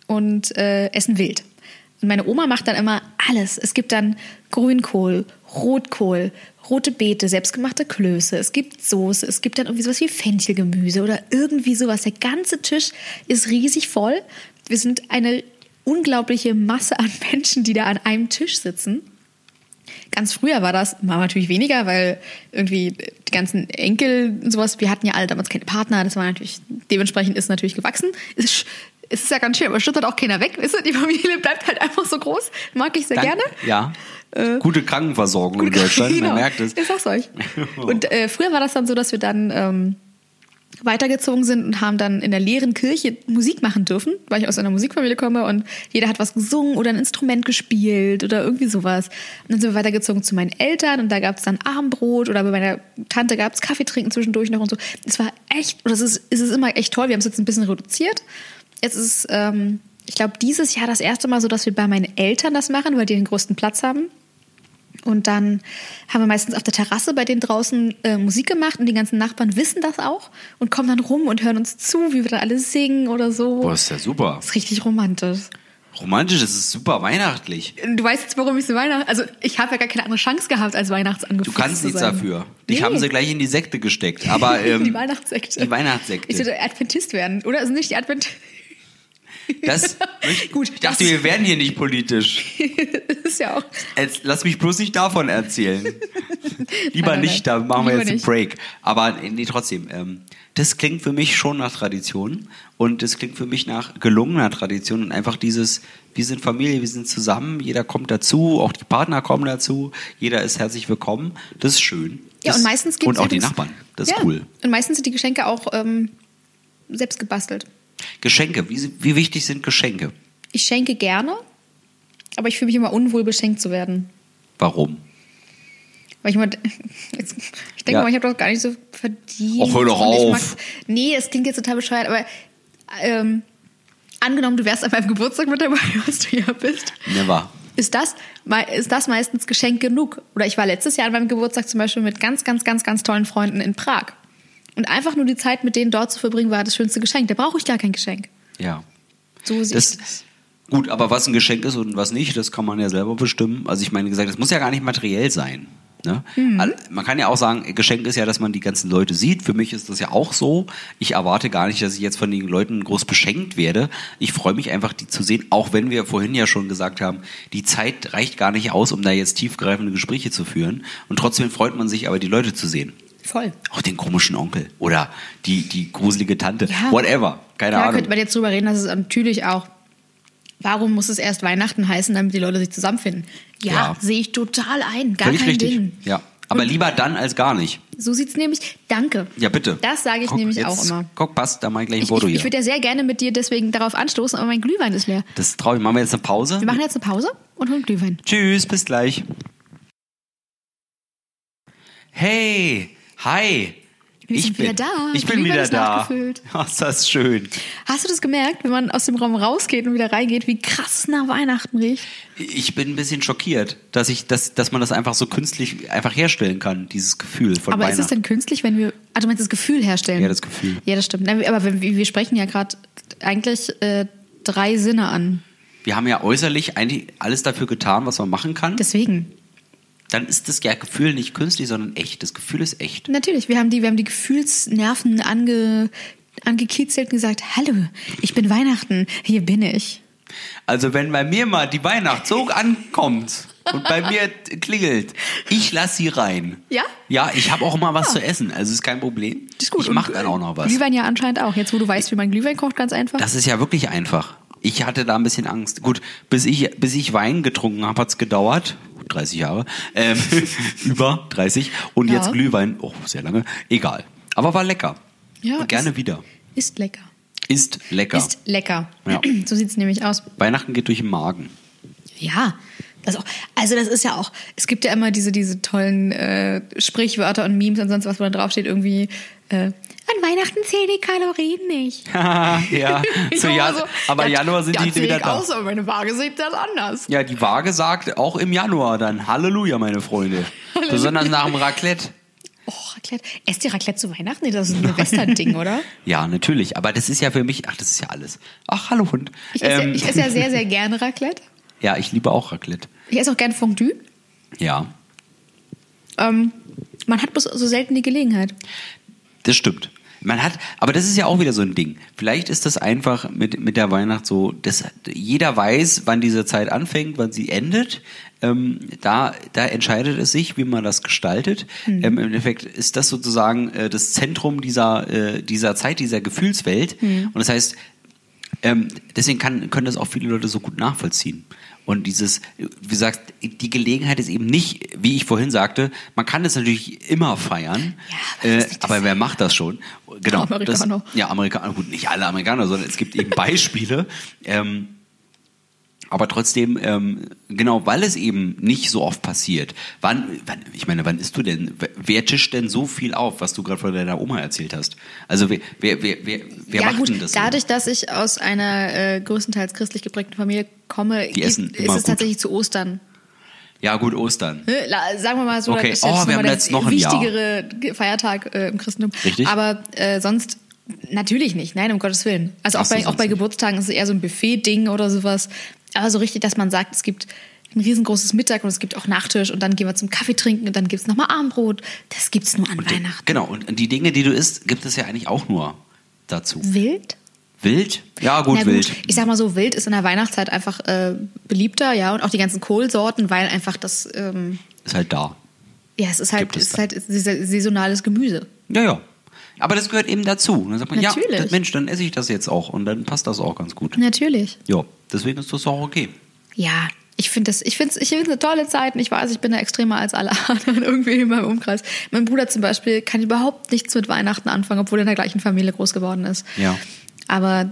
und äh, essen wild. Und meine Oma macht dann immer alles. Es gibt dann Grünkohl, Rotkohl, rote Beete, selbstgemachte Klöße. Es gibt Soße, es gibt dann irgendwie sowas wie Fenchelgemüse oder irgendwie sowas. Der ganze Tisch ist riesig voll. Wir sind eine unglaubliche Masse an Menschen, die da an einem Tisch sitzen. Ganz früher war das, war natürlich weniger, weil irgendwie die ganzen Enkel und sowas, wir hatten ja alle damals keine Partner, das war natürlich, dementsprechend ist natürlich gewachsen. Es ist, es ist ja ganz schön, aber schüttert auch keiner weg, wisst ihr, die Familie bleibt halt einfach so groß, mag ich sehr Dank- gerne. Ja. Äh, Gute Krankenversorgung in Deutschland, Genau. man merkt es. Ich sag's euch. Und äh, früher war das dann so, dass wir dann ähm, weitergezogen sind und haben dann in der leeren Kirche Musik machen dürfen, weil ich aus einer Musikfamilie komme und jeder hat was gesungen oder ein Instrument gespielt oder irgendwie sowas. Und dann sind wir weitergezogen zu meinen Eltern und da gab's dann Abendbrot oder bei meiner Tante gab's Kaffee trinken zwischendurch noch und so. Es war echt, oder es ist, es ist immer echt toll. Wir haben es jetzt ein bisschen reduziert. Jetzt ist, ähm, ich glaube, dieses Jahr das erste Mal so, dass wir bei meinen Eltern das machen, weil die den größten Platz haben. Und dann haben wir meistens auf der Terrasse bei denen draußen äh, Musik gemacht und die ganzen Nachbarn wissen das auch und kommen dann rum und hören uns zu, wie wir dann alle singen oder so. Boah, ist ja super. Das ist richtig romantisch. Romantisch, das ist super weihnachtlich. Du weißt jetzt, warum ich so Weihnachten. Also, ich habe ja gar keine andere Chance gehabt, als Du Weihnachtsangefasst kannst zu nichts sein. dafür. Dich Nee. haben sie gleich in die Sekte gesteckt. Aber ähm, die Weihnachtssekte. Die Weihnachtssekte. Ich sollte Adventist werden, oder? Also nicht die Advent. das, Gut, ich dachte, das- wir werden hier nicht politisch. das ist ja auch. Jetzt, lass mich bloß nicht davon erzählen. Lieber Nein, nein, nicht, da machen wir lieber jetzt einen nicht. Break. Aber nee, trotzdem, ähm, das klingt für mich schon nach Tradition und das klingt für mich nach gelungener Tradition und einfach dieses, wir sind Familie, wir sind zusammen, jeder kommt dazu, auch die Partner kommen dazu, jeder ist herzlich willkommen. Das ist schön. Ja, das, und meistens gibt Und auch die Nachbarn, das ist cool. Und meistens sind die Geschenke auch ähm, selbst gebastelt. Geschenke, wie, wie wichtig sind Geschenke? Ich schenke gerne, aber ich fühle mich immer unwohl, beschenkt zu werden. Warum? Weil ich immer, jetzt, ich denke Ja. mal, ich habe doch gar nicht so verdient. Och, hör doch Und ich auf. nee, es klingt jetzt total bescheuert, aber ähm, angenommen, du wärst an meinem Geburtstag mit dabei, was du ja bist. Never. Ist das, mei- ist das meistens Geschenk genug? Oder ich war letztes Jahr an meinem Geburtstag zum Beispiel mit ganz, ganz, ganz, ganz tollen Freunden in Prag. Und einfach nur die Zeit mit denen dort zu verbringen, war das schönste Geschenk. Da brauche ich gar kein Geschenk. Ja. So sehe Also Das, ich das. gut, aber was ein Geschenk ist und was nicht, das kann man ja selber bestimmen. Also ich meine gesagt, das muss ja gar nicht materiell sein. Ne? Hm. Al- Man kann ja auch sagen, Geschenk ist ja, dass man die ganzen Leute sieht. Für mich ist das ja auch so. Ich erwarte gar nicht, dass ich jetzt von den Leuten groß beschenkt werde. Ich freue mich einfach, die zu sehen, auch wenn wir vorhin ja schon gesagt haben, die Zeit reicht gar nicht aus, um da jetzt tiefgreifende Gespräche zu führen. Und trotzdem freut man sich aber, die Leute zu sehen. Voll. Auch den komischen Onkel oder die, die gruselige Tante. Ja. Whatever. Keine Klar Ahnung. könnte man jetzt drüber reden, dass es natürlich auch. Warum muss es erst Weihnachten heißen, damit die Leute sich zusammenfinden? Ja, Ja. sehe ich total ein. Gar Völlig kein richtig. Ding. Ja. Aber lieber dann als gar nicht. So sieht's nämlich. Danke. Ja, bitte. Das sage ich Guck, nämlich jetzt- auch immer. Guck, passt, da mal gleich ein Ich, Foto ich, hier. ich würde ja sehr gerne mit dir deswegen darauf anstoßen, aber mein Glühwein ist leer. das traue ich. Machen wir jetzt eine Pause? Wir machen jetzt eine Pause und holen Glühwein. Tschüss, bis gleich. Hey, hi. Wir ich sind bin wieder da. Ich bin Glühwein wieder ist da. nachgefüllt. Ach, ist das schön. Hast du das gemerkt, wenn man aus dem Raum rausgeht und wieder reingeht, wie krass es nach Weihnachten riecht? Ich bin ein bisschen schockiert, dass ich, dass, dass man das einfach so künstlich einfach herstellen kann, dieses Gefühl von Aber ist Weihnachten. es denn künstlich, wenn wir. Ah, du meinst das Gefühl herstellen? Ja, das Gefühl. Ja, das stimmt. Na, Aber wir, wir sprechen ja gerade eigentlich äh, drei Sinne an. wir haben ja äußerlich eigentlich alles dafür getan, was man machen kann. Deswegen. Dann ist das ja Gefühl nicht künstlich, sondern echt. Das Gefühl ist echt. Natürlich, wir haben die, wir haben die Gefühlsnerven ange, angekitzelt und gesagt: Hallo, ich bin Weihnachten, hier bin ich. Also wenn bei mir mal die Weihnachtszug ankommt und bei mir t- klingelt, ich lass sie rein. Ja? Ja, ich habe auch immer was zu essen, also ist kein Problem. Das ist gut. Ich mache Und, dann auch noch was. Glühwein ja anscheinend auch. Jetzt, wo du weißt, wie man Glühwein kocht, ganz einfach. Das ist ja wirklich einfach. Ich hatte da ein bisschen Angst. Gut, bis ich, bis ich Wein getrunken habe, hat's gedauert. Gut, 30 Jahre. Ähm, über 30. Und Ja. jetzt Glühwein. Oh, sehr lange. Egal. Aber war lecker. Ja, Und gerne ist- wieder. ist lecker. Ist lecker. Ist lecker. Ja. So sieht es nämlich aus. Weihnachten geht durch den Magen. Ja. Das auch, also das ist ja auch, es gibt ja immer diese, diese tollen äh, Sprichwörter und Memes und sonst was, wo dann draufsteht, irgendwie äh, an Weihnachten zählen die Kalorien nicht. ja, Ich so, war ja, immer aber ja, Januar sind ja, die zähl wieder ich da. Aus, aber meine Waage sieht das anders. Ja, die Waage sagt auch im Januar dann Halleluja, meine Freunde. Besonders nach dem Raclette. Oh, Raclette. Esst ihr Raclette zu Weihnachten? Nee, das ist ein Silvester-Ding, oder? Ja, natürlich. Aber das ist ja für mich, ach, das ist ja alles. Ach, hallo Hund. Ich esse, Ähm, ja, ich esse ja sehr, sehr gerne Raclette. ja, ich liebe auch Raclette. Ich esse auch gerne Fondue. Ja, Ähm, man hat bloß so selten die Gelegenheit. das stimmt. Man hat, aber das ist ja auch wieder so ein Ding. Vielleicht ist das einfach mit, mit der Weihnacht so, dass jeder weiß, wann diese Zeit anfängt, wann sie endet. Ähm, da, da entscheidet es sich, wie man das gestaltet. Ähm, Im Endeffekt ist das sozusagen äh, das Zentrum dieser, äh, dieser Zeit, dieser Gefühlswelt. Und das heißt, ähm, deswegen kann, können das auch viele Leute so gut nachvollziehen. Und dieses, wie gesagt, die Gelegenheit ist eben nicht, wie ich vorhin sagte, man kann es natürlich immer feiern, Ja, aber äh, das ist aber wer macht das schon? Genau. Amerikaner. Das, ja, Amerikaner, gut, nicht alle Amerikaner, sondern es gibt eben Beispiele. ähm, aber trotzdem, ähm, genau, weil es eben nicht so oft passiert. Wann, wann, ich meine, wann isst du denn, wer- wer tischt denn so viel auf, was du gerade von deiner Oma erzählt hast? Also wer, wer, wer, wer, wer ja macht gut, denn das? so? dadurch, dass ich aus einer äh, größtenteils christlich geprägten Familie komme, gibt- essen ist immer es gut. tatsächlich zu Ostern. ja gut, Ostern. Ne? La- Sagen wir mal so, Okay. das ist Oh, jetzt wir haben nochmal der jetzt noch ein Jahr. wichtigere Ge- Feiertag äh, im Christentum. Richtig. Aber äh, sonst natürlich nicht, nein, um Gottes Willen. Also auch Hast du bei, auch sonst bei nicht. Geburtstagen ist es eher so ein Buffet-Ding oder sowas. Aber so richtig, dass man sagt, es gibt ein riesengroßes Mittag und es gibt auch Nachtisch und dann gehen wir zum Kaffee trinken und dann gibt es nochmal Abendbrot. Das gibt es nur an Und die- Weihnachten. Genau, und die Dinge, die du isst, gibt es ja eigentlich auch nur dazu. Wild? Wild? Ja, gut, Na wild. Ich sag mal so, wild ist in der Weihnachtszeit einfach äh, beliebter, ja, und auch die ganzen Kohlsorten, weil einfach das, ähm, Ist halt da. ja, es ist halt, Gibt es es ist da. halt saison- saisonales Gemüse. Ja, ja. Aber das gehört eben dazu. Und Dann sagt man, ja, Natürlich. das, Mensch, dann esse ich das jetzt auch und dann passt das auch ganz gut. Natürlich. Ja, deswegen ist das auch okay. Ja, ich finde das, ich finde ich find's eine tolle Zeit und ich weiß, ich bin da extremer als alle anderen irgendwie in meinem Umkreis. Mein Bruder zum Beispiel kann überhaupt nichts mit Weihnachten anfangen, obwohl er in der gleichen Familie groß geworden ist. Ja. Aber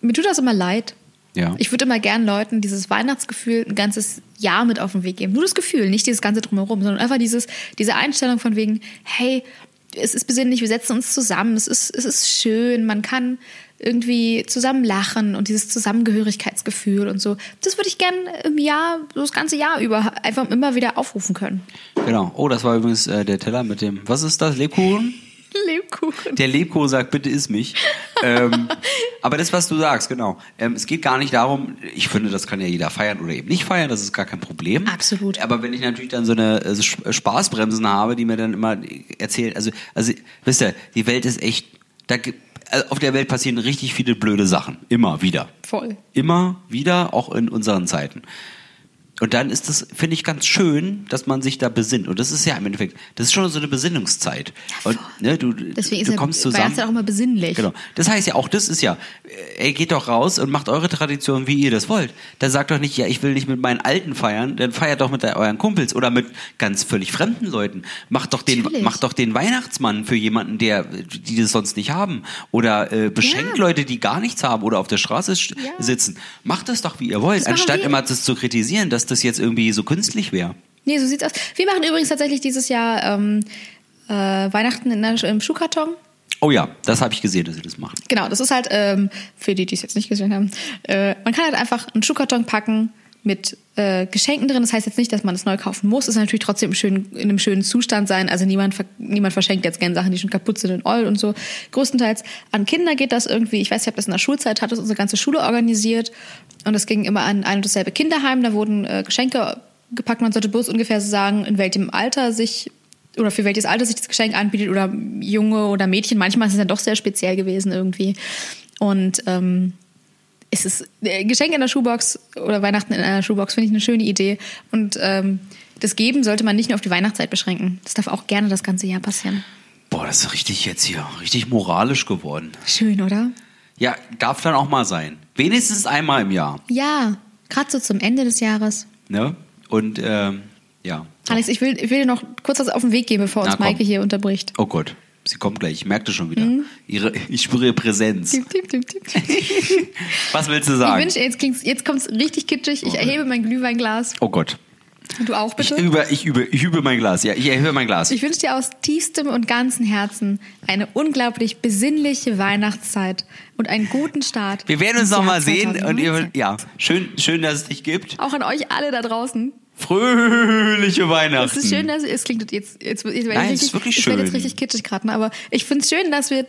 mir tut das immer leid. Ja. Ich würde immer gern Leuten dieses Weihnachtsgefühl ein ganzes Jahr mit auf den Weg geben. Nur das Gefühl, nicht dieses ganze Drumherum, sondern einfach dieses, diese Einstellung von wegen, hey, es ist besinnlich, wir setzen uns zusammen, es ist, es ist schön, man kann irgendwie zusammen lachen und dieses Zusammengehörigkeitsgefühl und so. Das würde ich gern im Jahr, so das ganze Jahr über, einfach immer wieder aufrufen können. Genau. Oh, das war übrigens äh, der Teller mit dem, was ist das, Lebkuchen? Lebkuchen. Der Lebkuchen sagt, bitte iss mich. ähm, aber das, was du sagst, genau. Ähm, es geht gar nicht darum, ich finde, das kann ja jeder feiern oder eben nicht feiern, das ist gar kein Problem. Absolut. Aber wenn ich natürlich dann so eine äh, so Sch- Spaßbremsen habe, die mir dann immer erzählt, also, also, wisst ihr, die Welt ist echt, da, gibt- äh, auf der Welt passieren richtig viele blöde Sachen. Immer wieder. Voll. Immer wieder, auch in unseren Zeiten. Und dann ist das, finde ich, ganz schön, dass man sich da besinnt. Und das ist ja im Endeffekt, das ist schon so eine Besinnungszeit. Und, ne, du, Deswegen ist du ja kommst Weihnachtszeit zusammen. auch immer besinnlich. Genau. Das heißt ja auch, das ist ja, äh, ey, geht doch raus und macht eure Tradition, wie ihr das wollt. Dann sagt doch nicht, ja, ich will nicht mit meinen Alten feiern, dann feiert doch mit de- euren Kumpels oder mit ganz völlig fremden Leuten. Macht doch den, Natürlich. macht doch den Weihnachtsmann für jemanden, der, die das sonst nicht haben. Oder äh, beschenkt Ja. Leute, die gar nichts haben oder auf der Straße st- Ja. sitzen. Macht das doch, wie ihr wollt, Das machen anstatt wir. immer das zu kritisieren, dass das jetzt irgendwie so künstlich wäre. Nee, so sieht's aus. Wir machen übrigens tatsächlich dieses Jahr ähm, äh, Weihnachten in der, im Schuhkarton. Oh ja, das habe ich gesehen, dass ihr das macht. Genau, das ist halt ähm, für die, die es jetzt nicht gesehen haben. Äh, man kann halt einfach einen Schuhkarton packen mit äh, Geschenken drin. Das heißt jetzt nicht, dass man es neu kaufen muss. Es soll natürlich trotzdem schön, in einem schönen Zustand sein. Also niemand, ver niemand verschenkt jetzt gerne Sachen, die schon kaputt sind und old und so. Größtenteils an Kinder geht das irgendwie. Ich weiß nicht, ob das in der Schulzeit hat, das unsere ganze Schule organisiert. Und das ging immer an ein und dasselbe Kinderheim. Da wurden äh, Geschenke gepackt. Man sollte bloß ungefähr sagen, in welchem Alter sich oder für welches Alter sich das Geschenk anbietet oder Junge oder Mädchen. Manchmal ist es ja doch sehr speziell gewesen irgendwie. Und ähm, es ist äh, Geschenk in der Schuhbox oder Weihnachten in einer Schuhbox finde ich eine schöne Idee. Und ähm, das Geben sollte man nicht nur auf die Weihnachtszeit beschränken. Das darf auch gerne das ganze Jahr passieren. Boah, das ist richtig jetzt hier, richtig moralisch geworden. Schön, oder? Ja, darf dann auch mal sein. Wenigstens einmal im Jahr. Ja, gerade so zum Ende des Jahres. Ne? Und ähm, ja. Alex, ich will, ich will dir noch kurz was auf den Weg geben, bevor Na, uns komm. Maike hier unterbricht. Oh Gott, sie kommt gleich. Ich merkte schon wieder. Mhm. Ihre, ich spüre ihre Präsenz. Tipp, tipp, tipp, tipp. Was willst du Ich sagen? wünsche, jetzt, klingt's- jetzt kommt es richtig kitschig. Ich erhebe mein Glühweinglas. oh Gott. Und du auch Oh, Ich bitte? übe, ich, übe, ich übe mein Glas. Ja, ich erhöhe mein Glas. Ich wünsche dir aus tiefstem und ganzem Herzen eine unglaublich besinnliche Weihnachtszeit und einen guten Start. Wir werden uns ins noch Jahr mal sehen. Und ihr, 2019. ja, schön, schön, dass es dich gibt. Auch an euch alle da draußen. Fröhliche Weihnachten. Es ist schön, dass es klingt jetzt jetzt, jetzt werde ich Nein, es richtig, ist wirklich Ich werde jetzt schön. richtig kitschig gerade, ne? aber ich finde es schön, dass wir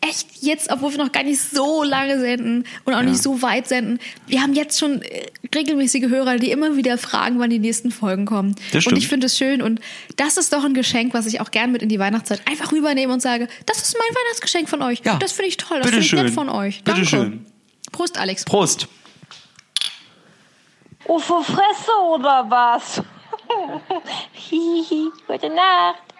echt jetzt, obwohl wir noch gar nicht so lange senden und Ja. auch nicht so weit senden, wir haben jetzt schon äh, regelmäßige Hörer, die immer wieder fragen, wann die nächsten Folgen kommen. Das und stimmt. ich finde es schön und das ist doch ein Geschenk, was ich auch gern mit in die Weihnachtszeit einfach rübernehme und sage, das ist mein Weihnachtsgeschenk von euch. Ja. Das finde ich toll, das Bitte finde ich nett schön. von euch. Bitte Danke. schön. Prost, Alex. Prost. Oh, vor Fresse oder was? Hihi, gute Nacht.